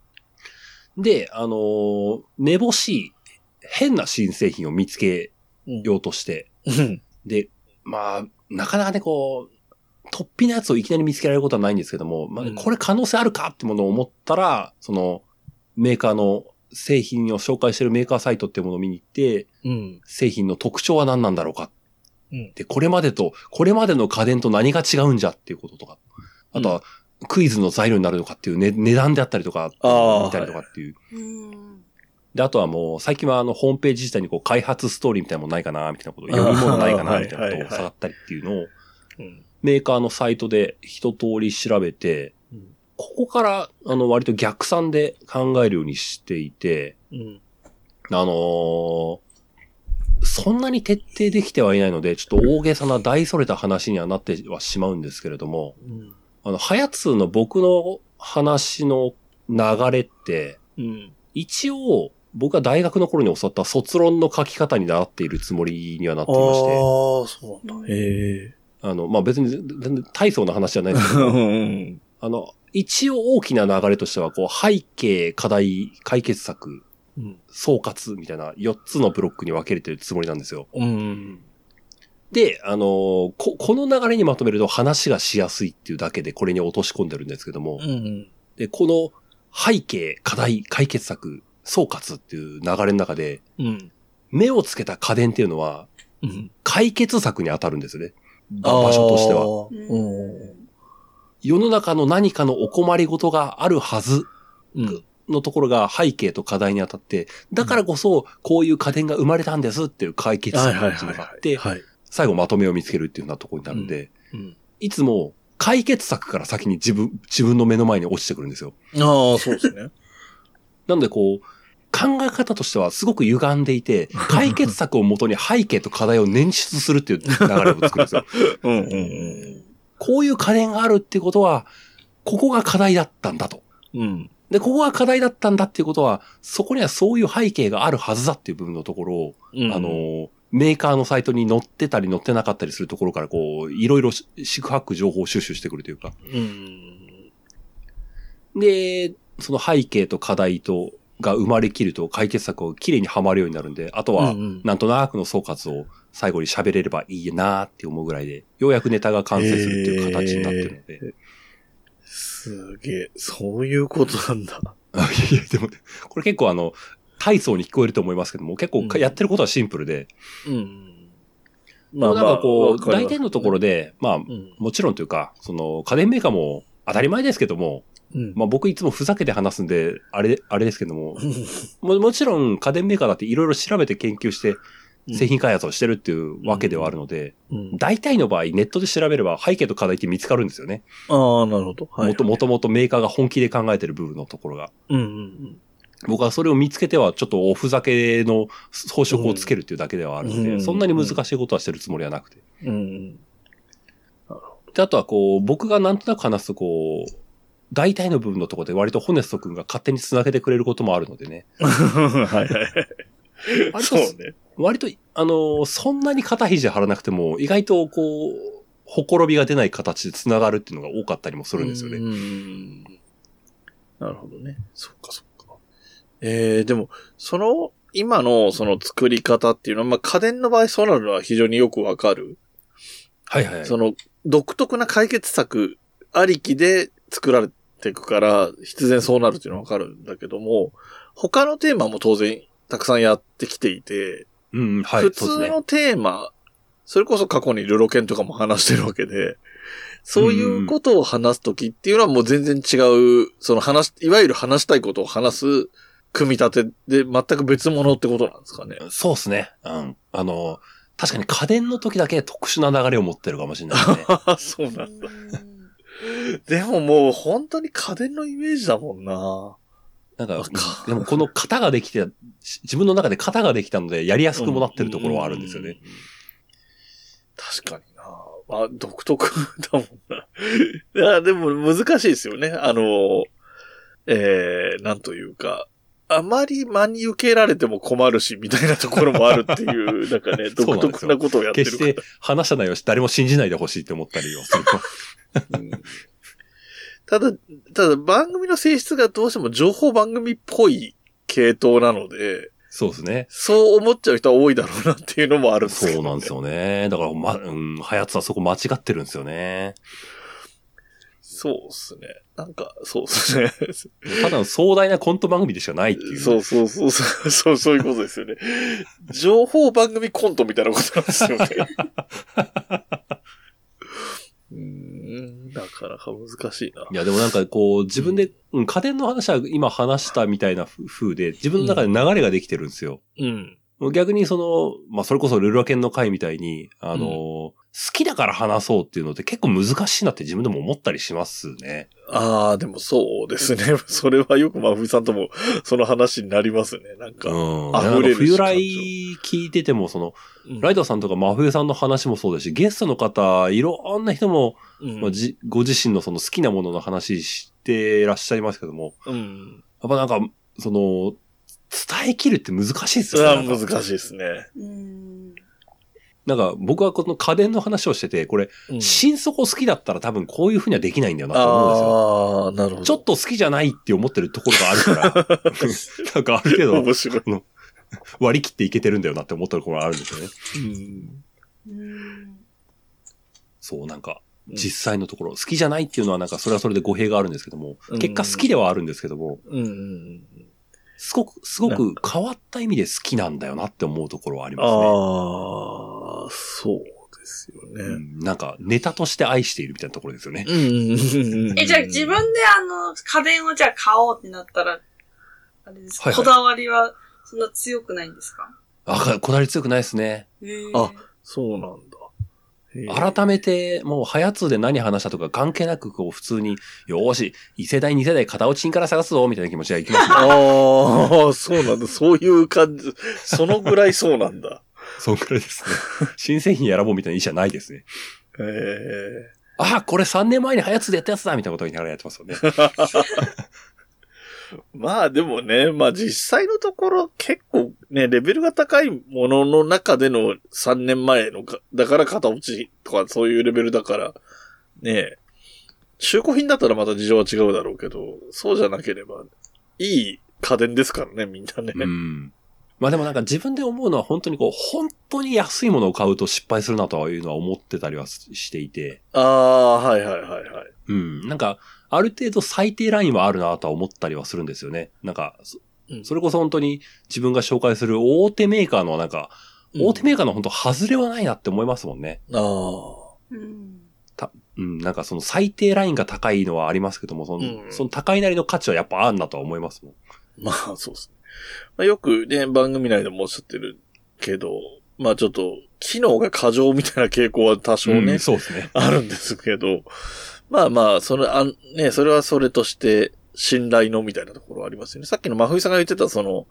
[SPEAKER 3] で、あのー、寝ぼしい、変な新製品を見つけ
[SPEAKER 1] うん
[SPEAKER 3] ようとして、
[SPEAKER 1] うん。
[SPEAKER 3] で、まあ、なかなかね、こう、突飛なやつをいきなり見つけられることはないんですけども、まあ
[SPEAKER 1] うん
[SPEAKER 3] これ可能性あるかってものを思ったら、その、メーカーの製品を紹介してるメーカーサイトっていうものを見に行って、
[SPEAKER 1] うん。
[SPEAKER 3] 製品の特徴は何なんだろうか。
[SPEAKER 1] うん
[SPEAKER 3] で、これまでと、これまでの家電と何が違うんじゃっていうこととか、あとは、クイズの材料になるのかっていう、ね、値段であったりとか、
[SPEAKER 1] あー
[SPEAKER 3] 見たりとかっていう。
[SPEAKER 2] うん
[SPEAKER 3] で、あとはもう、最近はあの、ホームページ自体にこう、開発ストーリーみたいなもんないかな、みたいなこと、読み物ないかな、みたいなことを探ったりっていうのを、
[SPEAKER 1] うん。
[SPEAKER 3] メーカーのサイトで一通り調べて、
[SPEAKER 1] うん
[SPEAKER 3] ここから、あの、割と逆算で考えるようにしていて、
[SPEAKER 1] うん。
[SPEAKER 3] あのーそんなに徹底できてはいないので、ちょっと大げさな大それた話にはなってはしまうんですけれども、
[SPEAKER 1] うん。
[SPEAKER 3] あの、ハヤツーの僕の話の流れって、
[SPEAKER 1] うん。
[SPEAKER 3] 一応、僕は大学の頃に教わった卒論の書き方に習っているつもりにはなっ
[SPEAKER 1] あ
[SPEAKER 3] て
[SPEAKER 1] あ
[SPEAKER 3] いまして、
[SPEAKER 1] ー、そうなんだ。へえ。
[SPEAKER 3] あの、まあ、別に全然大層な話じゃないですけ
[SPEAKER 1] う
[SPEAKER 3] ど、
[SPEAKER 1] ん。
[SPEAKER 3] あの、一応大きな流れとしては、こう、背景、課題、解決策、
[SPEAKER 1] うん。
[SPEAKER 3] 総括みたいな4つのブロックに分けれてるつもりなんですよ。
[SPEAKER 1] うん。
[SPEAKER 3] で、あのーこ、この流れにまとめると話がしやすいっていうだけでこれに落とし込んでるんですけども、
[SPEAKER 1] うん。
[SPEAKER 3] で、この背景、課題、解決策、総括っていう流れの中で、
[SPEAKER 1] うん。
[SPEAKER 3] 目をつけた家電っていうのは、
[SPEAKER 1] うん。
[SPEAKER 3] 解決策に当たるんですよね。ば場所としては。
[SPEAKER 1] はうん。
[SPEAKER 3] 世の中の何かのお困りごとがあるはず
[SPEAKER 1] うん。
[SPEAKER 3] のところが背景と課題に当たって、だからこそ、こういう家電が生まれたんですっていう解決
[SPEAKER 1] はい
[SPEAKER 3] 策
[SPEAKER 1] はい
[SPEAKER 3] っていう
[SPEAKER 1] は
[SPEAKER 3] の
[SPEAKER 1] い
[SPEAKER 3] が
[SPEAKER 1] は
[SPEAKER 3] あっ
[SPEAKER 1] い。
[SPEAKER 3] て、
[SPEAKER 1] はい。
[SPEAKER 3] 最後まとめを見つけるっていうようなところになるんで、
[SPEAKER 1] うん。
[SPEAKER 3] いつも解決策から先に自分、自分の目の前に落ちてくるんですよ。
[SPEAKER 1] ああ、そうですね。
[SPEAKER 3] なのでこう、考え方としてはすごく歪んで いて、解決策をもとに背景と課題を捻出するっていう流れを作るんですよ。
[SPEAKER 1] うん
[SPEAKER 2] うん
[SPEAKER 1] うん
[SPEAKER 3] こういう家電があるってことは、ここが課題だったんだと。
[SPEAKER 1] うん。うん。
[SPEAKER 3] で、ここが課題だったんだっていうことは、そこにはそういう背景があるはずだっていう部分のところを、
[SPEAKER 1] うん
[SPEAKER 3] あ、の、メーカーのサイトに載ってたり載ってなかったりするところから、こう、いろいろし四苦八苦情報を収集してくるというか。
[SPEAKER 1] うん。
[SPEAKER 3] で、その背景と課題と、が生まれきると解決策をきれいにはまるようになるんで、あとは、
[SPEAKER 1] うん
[SPEAKER 3] なんとなくの総括を最後に喋れればいいなーって思うぐらいで、ようやくネタが完成するっていう形になってるので。
[SPEAKER 1] すげえ。そういうことなんだ。
[SPEAKER 3] あいやいや、でも、これ結構あの、大層に聞こえると思いますけども、結構か
[SPEAKER 1] うん
[SPEAKER 3] やってることはシンプルで、
[SPEAKER 1] うん。
[SPEAKER 3] まあ、なんかこう、大体のところ
[SPEAKER 1] で、
[SPEAKER 3] で、まあ、
[SPEAKER 1] うん。
[SPEAKER 3] もちろんというか、その、家電メーカーも当たり前ですけども、
[SPEAKER 1] うん。
[SPEAKER 3] まあ僕いつもふざけて話すんで、あれ、あれですけども、
[SPEAKER 1] あ、
[SPEAKER 3] ももちろん家電メーカーだっていろいろ調べて研究して
[SPEAKER 1] うん
[SPEAKER 3] 製品開発をしてるっていうわけではあるので、
[SPEAKER 1] うん、
[SPEAKER 3] 大体の場合ネットで調べれば背景と課題って見つかるんですよね。
[SPEAKER 1] ああ、なるほど。はい。
[SPEAKER 3] もともともとメーカーが本気で考えてる部分のところが。
[SPEAKER 1] うんうん
[SPEAKER 3] 僕はそれを見つけてはちょっとおふざけの装飾をつけるっていうだけではあるので、
[SPEAKER 1] うん
[SPEAKER 3] そんなに難しいことはしてるつもりはなくて。
[SPEAKER 1] うん。うん。
[SPEAKER 3] で、あとはこう、僕がなんとなく話すとこう、大体の部分のところで割とホネスト君が勝手に繋げてくれることもあるので ね。
[SPEAKER 1] はい はい。
[SPEAKER 3] 割
[SPEAKER 1] そう
[SPEAKER 3] と
[SPEAKER 1] ね。
[SPEAKER 3] 割と、あのーそんなに肩肘張らなくても、意外とこう、ほころびが出ない形で繋がるっていうのが多かったりもするんですよね。
[SPEAKER 1] うん。なるほどね。そっかそっか。えー、でも、その、今のその作り方っていうのは、まあ、家電の場合そうなるのは非常によくわかる。
[SPEAKER 3] はいはいはい。
[SPEAKER 1] その、独特な解決策ありきで作られていくから、必然そうなるっていうのはわかるんだけども、他のテーマも当然たくさんやってきていて、
[SPEAKER 3] うんうん、はい。
[SPEAKER 1] 普
[SPEAKER 3] そう
[SPEAKER 1] 通
[SPEAKER 3] ですね
[SPEAKER 1] のテーマ、それこそ過去にルロケンとかも話してるわけで、そういうことを話すときっていうのはもう全然違う、その話、いわゆる話したいことを話す組み立てで全く別物ってことなんですか ね。
[SPEAKER 3] そうですね。うん。あのー確かに家電の時だけ特殊な流れを持ってるかもしれないですね。
[SPEAKER 1] そうなん
[SPEAKER 2] だ。
[SPEAKER 1] でももう本当に家電のイメージだもんな。
[SPEAKER 3] なんか
[SPEAKER 1] わか、
[SPEAKER 3] でもこの型ができて、し自分の中で型ができたので、やりやすくもなってるところはあるんですよね。
[SPEAKER 1] うん。確かにな。まあ、独特だもんな。 いや、でも難しいですよね。あの、えー、なんというか、あまり真に受けられても困るし、みたいなところもあるってい う、なんかね、
[SPEAKER 3] そ
[SPEAKER 1] 独
[SPEAKER 3] うなんですよ
[SPEAKER 1] 特なことをやって
[SPEAKER 3] 決
[SPEAKER 1] る
[SPEAKER 3] し
[SPEAKER 1] から
[SPEAKER 3] て話した内容を誰も信じないでほしいって思ったりをする。
[SPEAKER 1] うんただ、ただ番組の性質がどうしても情報番組っぽい系統なので、
[SPEAKER 3] そうですね。
[SPEAKER 1] そう思っちゃう人は多いだろうなっていうのもあるんですけど、
[SPEAKER 3] そうなんです。よね。だから、ま、うん、はやつはそこ間違ってるんですよね。
[SPEAKER 1] そうですね。なんか、そうですね。
[SPEAKER 3] ただの壮大なコント番組でしかないってい う。
[SPEAKER 1] そうそうそうそう、そう、そういうことですよね。情報番組コントみたいなことなんですよね。 うーん、なかなか難しいな。
[SPEAKER 3] いや、でもなんかこう、自分で、うん、家電の話は今話したみたいなふ風で、自分の中で流れができてるんですよ。
[SPEAKER 1] うん。
[SPEAKER 3] もう逆にその、まあ、それこそルルアケンの回みたいに、あの
[SPEAKER 1] う
[SPEAKER 3] ー、
[SPEAKER 1] ん
[SPEAKER 3] 好きだから話そうっていうのって結構難しいなって自分でも思ったりしますね。
[SPEAKER 1] ああ、でもそうですね。それはよくまふみさんともその話になりますね。なん
[SPEAKER 3] う
[SPEAKER 1] か。
[SPEAKER 3] ん。
[SPEAKER 1] 溢
[SPEAKER 3] なん
[SPEAKER 1] れ
[SPEAKER 3] か
[SPEAKER 1] るし
[SPEAKER 3] 冬来聞いてても、その、ライドさんとか真冬さんの話もそうですし、ゲストの方、いろんな人も、
[SPEAKER 1] うん
[SPEAKER 3] まあ、じご自身のその好きなものの話してらっしゃいますけども、
[SPEAKER 1] うん。
[SPEAKER 3] やっぱなんか、その、伝え切るって難しいです
[SPEAKER 1] それ
[SPEAKER 3] よ
[SPEAKER 1] は
[SPEAKER 3] ね。なんか
[SPEAKER 1] 難しいですね。
[SPEAKER 2] うん。
[SPEAKER 3] なんか僕はこの家電の話をしてて、これ、
[SPEAKER 1] うん
[SPEAKER 3] 心底好きだったら多分こういうふうにはできないんだよなと思うんです
[SPEAKER 1] あ
[SPEAKER 3] よ。
[SPEAKER 1] あ、なるほど。
[SPEAKER 3] ちょっと好きじゃないって思ってるところがあるから、なんかある程度
[SPEAKER 1] 面白い。
[SPEAKER 3] 割り切っていけてるんだよなって思ってるところがあるんですよね。
[SPEAKER 1] うん
[SPEAKER 2] うん。
[SPEAKER 3] そう、なんか、実際のところ、好きじゃないっていうのはなんかそれはそれで語弊があるんですけども、
[SPEAKER 1] うん
[SPEAKER 3] 結果好きではあるんですけども、
[SPEAKER 1] うんうんうん。
[SPEAKER 3] すごく、すごく変わった意味で好きなんだよなって思うところはありますね。
[SPEAKER 1] ああ、そうですよね。
[SPEAKER 3] うんなんか、ネタとして愛しているみたいなところですよね。
[SPEAKER 1] え
[SPEAKER 2] え、じゃあ自分であの、家電をじゃあ買おうってなったら、あれですか、
[SPEAKER 3] はいはい
[SPEAKER 2] こだわりはそんな強くないんですか
[SPEAKER 3] あ、かこだわり強くないですね。
[SPEAKER 2] へー
[SPEAKER 1] あそうなんだ。へー
[SPEAKER 3] 改めて、もう、はやつで何話したとか関係なく、こう、普通に、よーし、異世代、二世代、片落ちんから探すぞ、みたいな気持ちでいきますね。
[SPEAKER 1] ああ、そうなんだ。そういう感じ。そのぐらいそうなん だ。
[SPEAKER 3] そんくらいです ね。新製品やらぼうみたいな意思はないですね。
[SPEAKER 1] ええ
[SPEAKER 3] あ、これ3年前にはやつでやったやつだみたいなことを言いながらやってますよね。
[SPEAKER 1] まあでもね、まあ実際のところ結構ね、レベルが高いものの中での3年前のか、だから片落ちとかそういうレベルだから、ねえ中古品だったらまた事情は違うだろうけど、そうじゃなければ、いい家電ですからね、みんなね。
[SPEAKER 3] うん。まあでもなんか自分で思うのは本当にこう、本当に安いものを買うと失敗するなというのは思ってたりはしていて、
[SPEAKER 1] ああ、はいはいはいはい。
[SPEAKER 3] うん。なんか、ある程度最低ラインはあるなとは思ったりはするんですよね。なんか、そ
[SPEAKER 1] うん
[SPEAKER 3] それこそ本当に自分が紹介する大手メーカーのなんか、大手メーカーの本当外れはないなって思いますもんね。
[SPEAKER 1] ああ。
[SPEAKER 2] うん。
[SPEAKER 3] うん、なんかその最低ラインが高いのはありますけども、その,、
[SPEAKER 1] うん
[SPEAKER 3] その高いなりの価値はやっぱあるなとは思いますもん。
[SPEAKER 1] まあ、そうですね。まあ、よくね、番組内でもおっしゃってるけど、まあちょっと、機能が過剰みたいな傾向は多少ね、
[SPEAKER 3] んそうですね。
[SPEAKER 1] あるんですけど、まあまあ、それ、あんね、それはそれとして、信頼のみたいなところはありますよね。さっきの真冬さんが言ってた、その、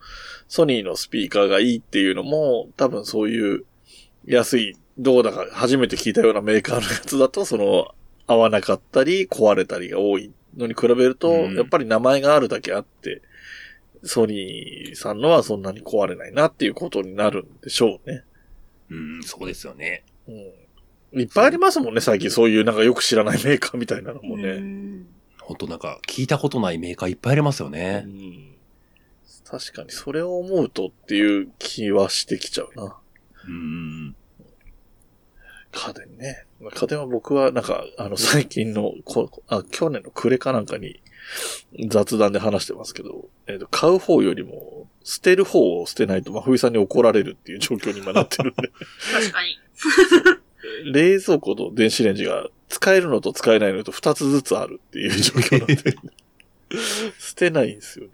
[SPEAKER 1] ソニーのスピーカーがいいっていうのも、多分そういう、安い、どうだか初めて聞いたようなメーカーのやつだと、その、合わなかったり、壊れたりが多いのに比べると、
[SPEAKER 3] うん
[SPEAKER 1] やっぱり名前があるだけあって、ソニーさんのはそんなに壊れないなっていうことになるんでしょうね。
[SPEAKER 3] うん、そうですよね。
[SPEAKER 1] うん。いっぱいありますもんね、最近そういうなんかよく知らないメーカーみたいなのも
[SPEAKER 2] う
[SPEAKER 1] ね。
[SPEAKER 2] ん
[SPEAKER 3] 本当なんか聞いたことないメーカーいっぱいありますよ
[SPEAKER 1] う
[SPEAKER 3] ね。
[SPEAKER 1] ん確かにそれを思うとっていう気はしてきちゃうな。
[SPEAKER 3] うん。
[SPEAKER 1] 家電ね。まあ家電は僕はなんか、あの最近のこ、あ、去年の暮れかなんかに雑談で話してますけど、えっと買う方よりも捨てる方を捨てないと、まあ、冬さんに怒られるっていう状況に今なってるんで
[SPEAKER 2] 確かに。
[SPEAKER 1] 冷蔵庫と電子レンジが使えるのと使えないのと二つずつあるっていう状況 なんで、捨てないんですよね。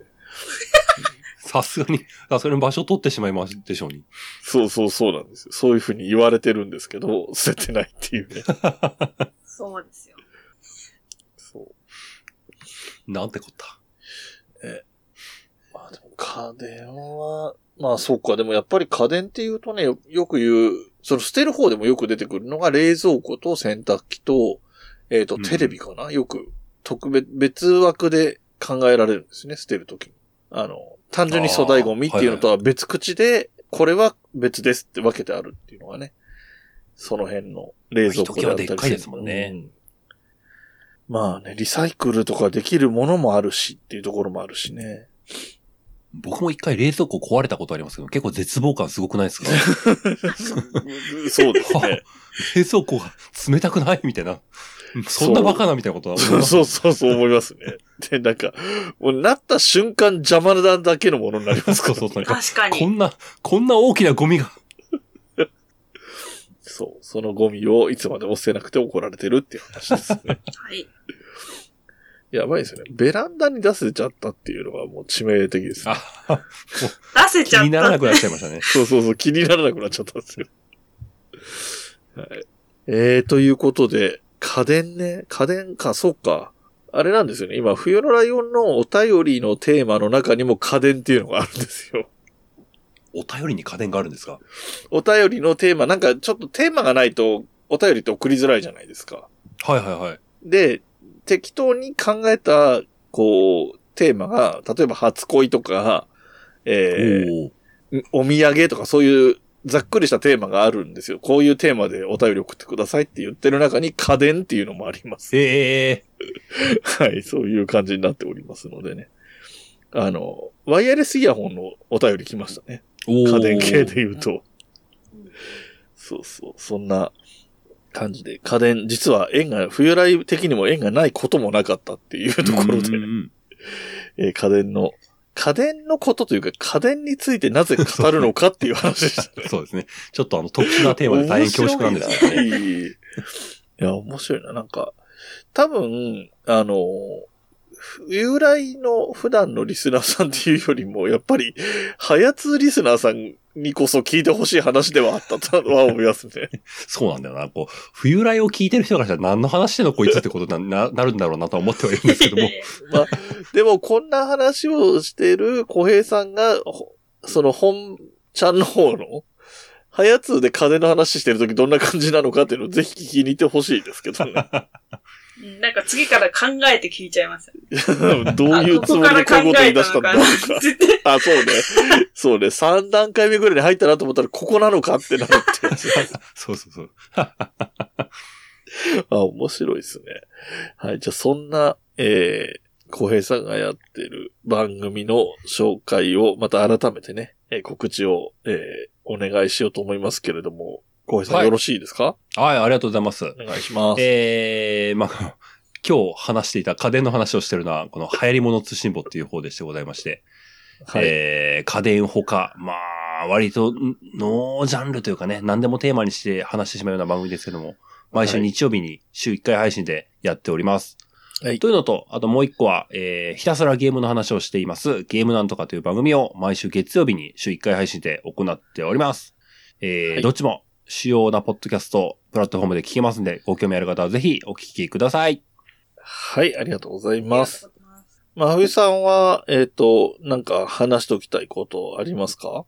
[SPEAKER 3] さすがに、さすがに場所取ってしまいますでしょうに。
[SPEAKER 1] そうそうそうなんですよ。そういうふうに言われてるんですけど、捨ててないっていうね。
[SPEAKER 2] そうですよ。
[SPEAKER 1] そう。
[SPEAKER 3] なんてこった。
[SPEAKER 1] まあでも家電は、まあそうか、でもやっぱり家電っていうとね、よよく言う、その捨てる方でもよく出てくるのが冷蔵庫と洗濯機と、えっ、と、
[SPEAKER 3] うん
[SPEAKER 1] テレビかな、よく、特別、別枠で考えられるんですね、捨てるときに。あの、単純に粗大ゴミっていうのとは別口で、これは別ですって分けてあるっていうのがね、その辺の冷蔵庫あったり
[SPEAKER 3] ひときわでっかいですもんね
[SPEAKER 1] うんまあね、リサイクルとかできるものもあるしっていうところもあるしね。
[SPEAKER 3] 僕も一回冷蔵庫壊れたことありますけど、結構絶望感すごくないです か
[SPEAKER 1] そうですね。
[SPEAKER 3] 冷蔵庫が冷たくないみたいな。そんなバカなみたいなことは思います
[SPEAKER 1] そうそうそう思いますね。で、なんか、もうなった瞬間邪魔なだけのものになりますから、
[SPEAKER 3] そうそうそう。なんか、
[SPEAKER 2] 確か
[SPEAKER 3] こ
[SPEAKER 2] に。
[SPEAKER 3] んな、こんな大きなゴミが。
[SPEAKER 1] そう。そのゴミをいつまでも捨てなくて怒られてるっていう話ですね。
[SPEAKER 2] はい。
[SPEAKER 1] やばいですよね。ベランダに出せちゃったっていうのはもう致命的です、ね。
[SPEAKER 3] あ、
[SPEAKER 2] 出せち
[SPEAKER 3] 気
[SPEAKER 2] ゃ
[SPEAKER 3] に
[SPEAKER 2] っ
[SPEAKER 3] なら
[SPEAKER 2] た
[SPEAKER 3] な。くなっちゃいま したね。
[SPEAKER 1] そうそうそう、気にならなくなっちゃったんですよ。はい。えー、ということで、家電ね、家電か、そうか。あれなんですよね。今、冬のライオンのお便りのテーマの中にも家電っていうのがあるんですよ。
[SPEAKER 3] お便りに家電があるんですか
[SPEAKER 1] お便りのテーマ、なんかちょっとテーマがないとお便りって送りづらいじゃないですか。
[SPEAKER 3] はいはいはい。
[SPEAKER 1] で、適当に考えた、こう、テーマが、例えば初恋とか、え
[SPEAKER 3] おー
[SPEAKER 1] ー、お土産とかそういうざっくりしたテーマがあるんですよ。こういうテーマでお便り送ってくださいって言ってる中に家電っていうのもあります。
[SPEAKER 3] ええ
[SPEAKER 1] はい、そういう感じになっておりますのでね。あの、ワイヤレスイヤホンのお便り来ましたね。
[SPEAKER 3] おー
[SPEAKER 1] 家電系で。言うと。そうそう、そんな感じで、家電、実は縁が、冬来的にも縁がないこともなかったっていうところで、
[SPEAKER 3] うんうんうん。
[SPEAKER 1] えー家電の、家電のことというか、家電についてなぜ語るのかっていう話でしたね
[SPEAKER 3] そうですね。ちょっとあの特殊なテーマで大変恐縮なんですけど
[SPEAKER 1] 面白
[SPEAKER 3] ね。
[SPEAKER 1] いないや、面白いな。なんか、多分、あの、冬来の普段のリスナーさんっていうよりも、やっぱり、ハヤツーリスナーさんにこそ聞いてほしい話ではあったとは思いますね。
[SPEAKER 3] そうなんだよな。こう、冬来を聞いてる人からしたら何の話してんのこいつってことになななるんだろうなとは思ってはいるんですけども。
[SPEAKER 1] まあ、でもこんな話をしてる小平さんが、ほその本ちゃんの方の、はやつで金の話してるときどんな感じなのかっていうのをぜひ聞きに行ってほしいですけどね。
[SPEAKER 2] うんなんか次から考えて聞いちゃいます。
[SPEAKER 1] どういうつもりでこういうこと言い出したんだろ
[SPEAKER 2] あこ
[SPEAKER 1] うか。
[SPEAKER 2] 絶対。
[SPEAKER 1] あ、そうね。そうね。3段階目ぐらいに入ったなと思ったら、ここなのかってなるってやつ。
[SPEAKER 3] そうそうそう。
[SPEAKER 1] あ、面白いですね。はい。じゃあ、そんな、えー、小平さんがやってる番組の紹介を、また改めてね、えー告知を、えーお願いしようと思いますけれども、小平さん、
[SPEAKER 3] はい
[SPEAKER 1] よろしいですか
[SPEAKER 3] はい、ありがとうございます。
[SPEAKER 1] お願いします。
[SPEAKER 3] えー、まあ、今日話していた家電の話をしてるのは、この流行り物通信簿っていう方でしてございまして、
[SPEAKER 1] はい。
[SPEAKER 3] えー、家電ほか、まあ、割と、んノージャンルというかね、何でもテーマにして話してしまうような番組ですけども、毎週
[SPEAKER 1] はい
[SPEAKER 3] 日曜日に週1回配信でやっております。
[SPEAKER 1] はい
[SPEAKER 3] というのと、あともう一個は、えー、ひたすらゲームの話をしています、ゲームなんとかという番組を毎週月曜日に週1回配信で行っております。えー
[SPEAKER 1] はい
[SPEAKER 3] どっちも主要なポッドキャスト、プラットフォームで聞けますんで、ご興味ある方はぜひお聞きください。
[SPEAKER 1] はい、ありがとうござい
[SPEAKER 2] ありが
[SPEAKER 1] ま
[SPEAKER 2] と
[SPEAKER 1] す。
[SPEAKER 2] うございます。
[SPEAKER 1] まふいさんは、えっ、と、なんか話しておきたいことありますか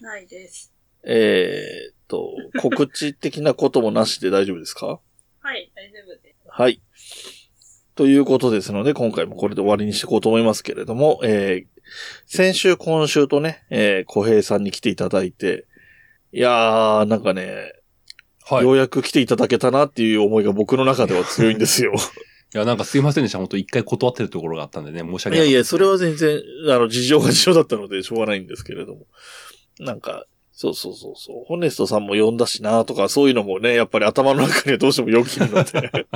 [SPEAKER 2] ないです。
[SPEAKER 1] えっ、と、告知的なこともなしで大丈夫ですか
[SPEAKER 2] はい、大丈夫です。
[SPEAKER 1] はい。ということですので、今回もこれで終わりにしていこうと思いますけれども、えー、先週、今週とね、えー、小平さんに来ていただいて、いやー、なんかね、
[SPEAKER 3] はい。
[SPEAKER 1] よ
[SPEAKER 3] いう
[SPEAKER 1] やく来ていただけたなっていう思いが僕の中では強いん ですよ。
[SPEAKER 3] や、なんかすいませんでした。本当一回断ってるところがあったんでね、申し
[SPEAKER 1] い
[SPEAKER 3] 訳な
[SPEAKER 1] や
[SPEAKER 3] い。
[SPEAKER 1] いや、それは全然、あの、事情が事情だったので、しょうがないんですけれども。なんか、そうそうそうそう、ホネストさんも呼んだしなとか、そういうのもね、やっぱり頭の中にはどうしてもよぎるので。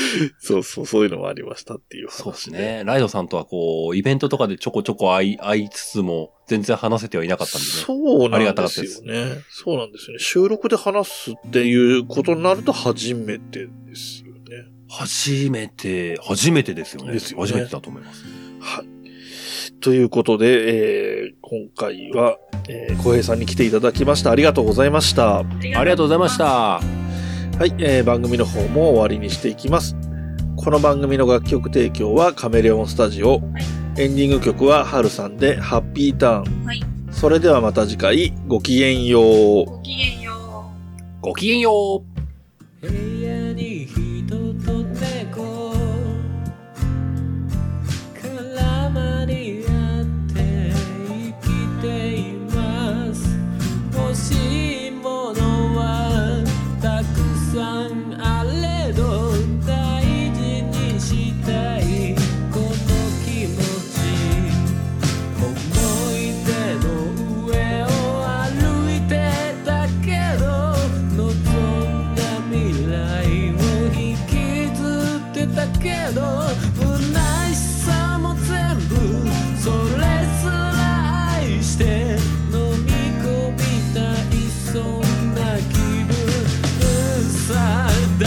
[SPEAKER 1] そうそう、そういうのもありましたっていう話
[SPEAKER 3] そうです。ね。ライドさんとはこう、イベントとかでちょこちょこ会い、会いつつも、全然話せてはいなかったんでね。
[SPEAKER 1] そう
[SPEAKER 3] あり
[SPEAKER 1] な
[SPEAKER 3] が
[SPEAKER 1] んで
[SPEAKER 3] たかった
[SPEAKER 1] す
[SPEAKER 3] です
[SPEAKER 1] よね。そうなんですよね。収録で話すっていうことになると初めてですよね。
[SPEAKER 3] 初めて、初めてですよね。
[SPEAKER 1] ですよね
[SPEAKER 3] 初めてだと思います。
[SPEAKER 1] はい。ということで、えー今回は、えー、小平さんに来ていただきました。ありがとうございました。
[SPEAKER 3] ありがとうございまし。た。
[SPEAKER 1] はい、えー番組の方も終わりにしていきます。この番組の楽曲提供はカメレオンスタジオ。エンディング曲はハルさんでハッピーターン。
[SPEAKER 2] はい
[SPEAKER 1] それではまた次回、ごきげんよう。
[SPEAKER 2] ごきげんよう。
[SPEAKER 3] ごきげんよう。
[SPEAKER 4] 部屋に人と猫絡まり合って生きています欲しいものはたくさんあれど大事にしたいこの気持ち思い出の上を歩いてたけど望んだ未来を引きずってたけど不悔しさも全部それすら愛して飲み込みたいそんな気分さ大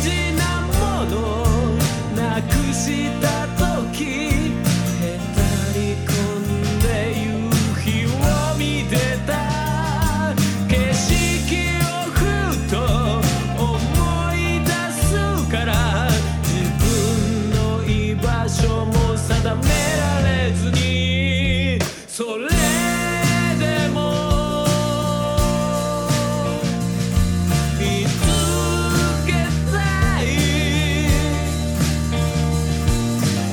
[SPEAKER 4] 事なものなくした時へたり込んで夕日を見てた景色をふと思い出すから自分の居場所も定められずにそれでも「見つけたい」「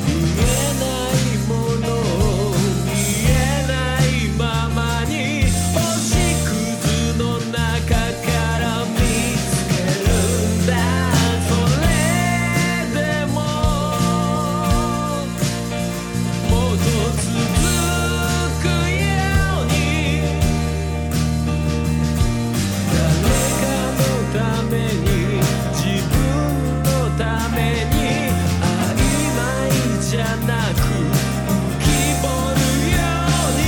[SPEAKER 4] 見えないもの見えないままに星屑の中から見つけるんだ」「それでももっと続くように」誰かのために自分のために曖昧じゃなく浮き彫るように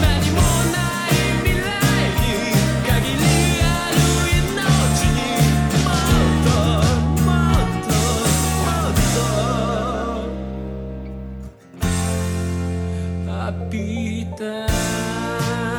[SPEAKER 4] 何もない未来に限りある命にもっともっともっとハッピーターン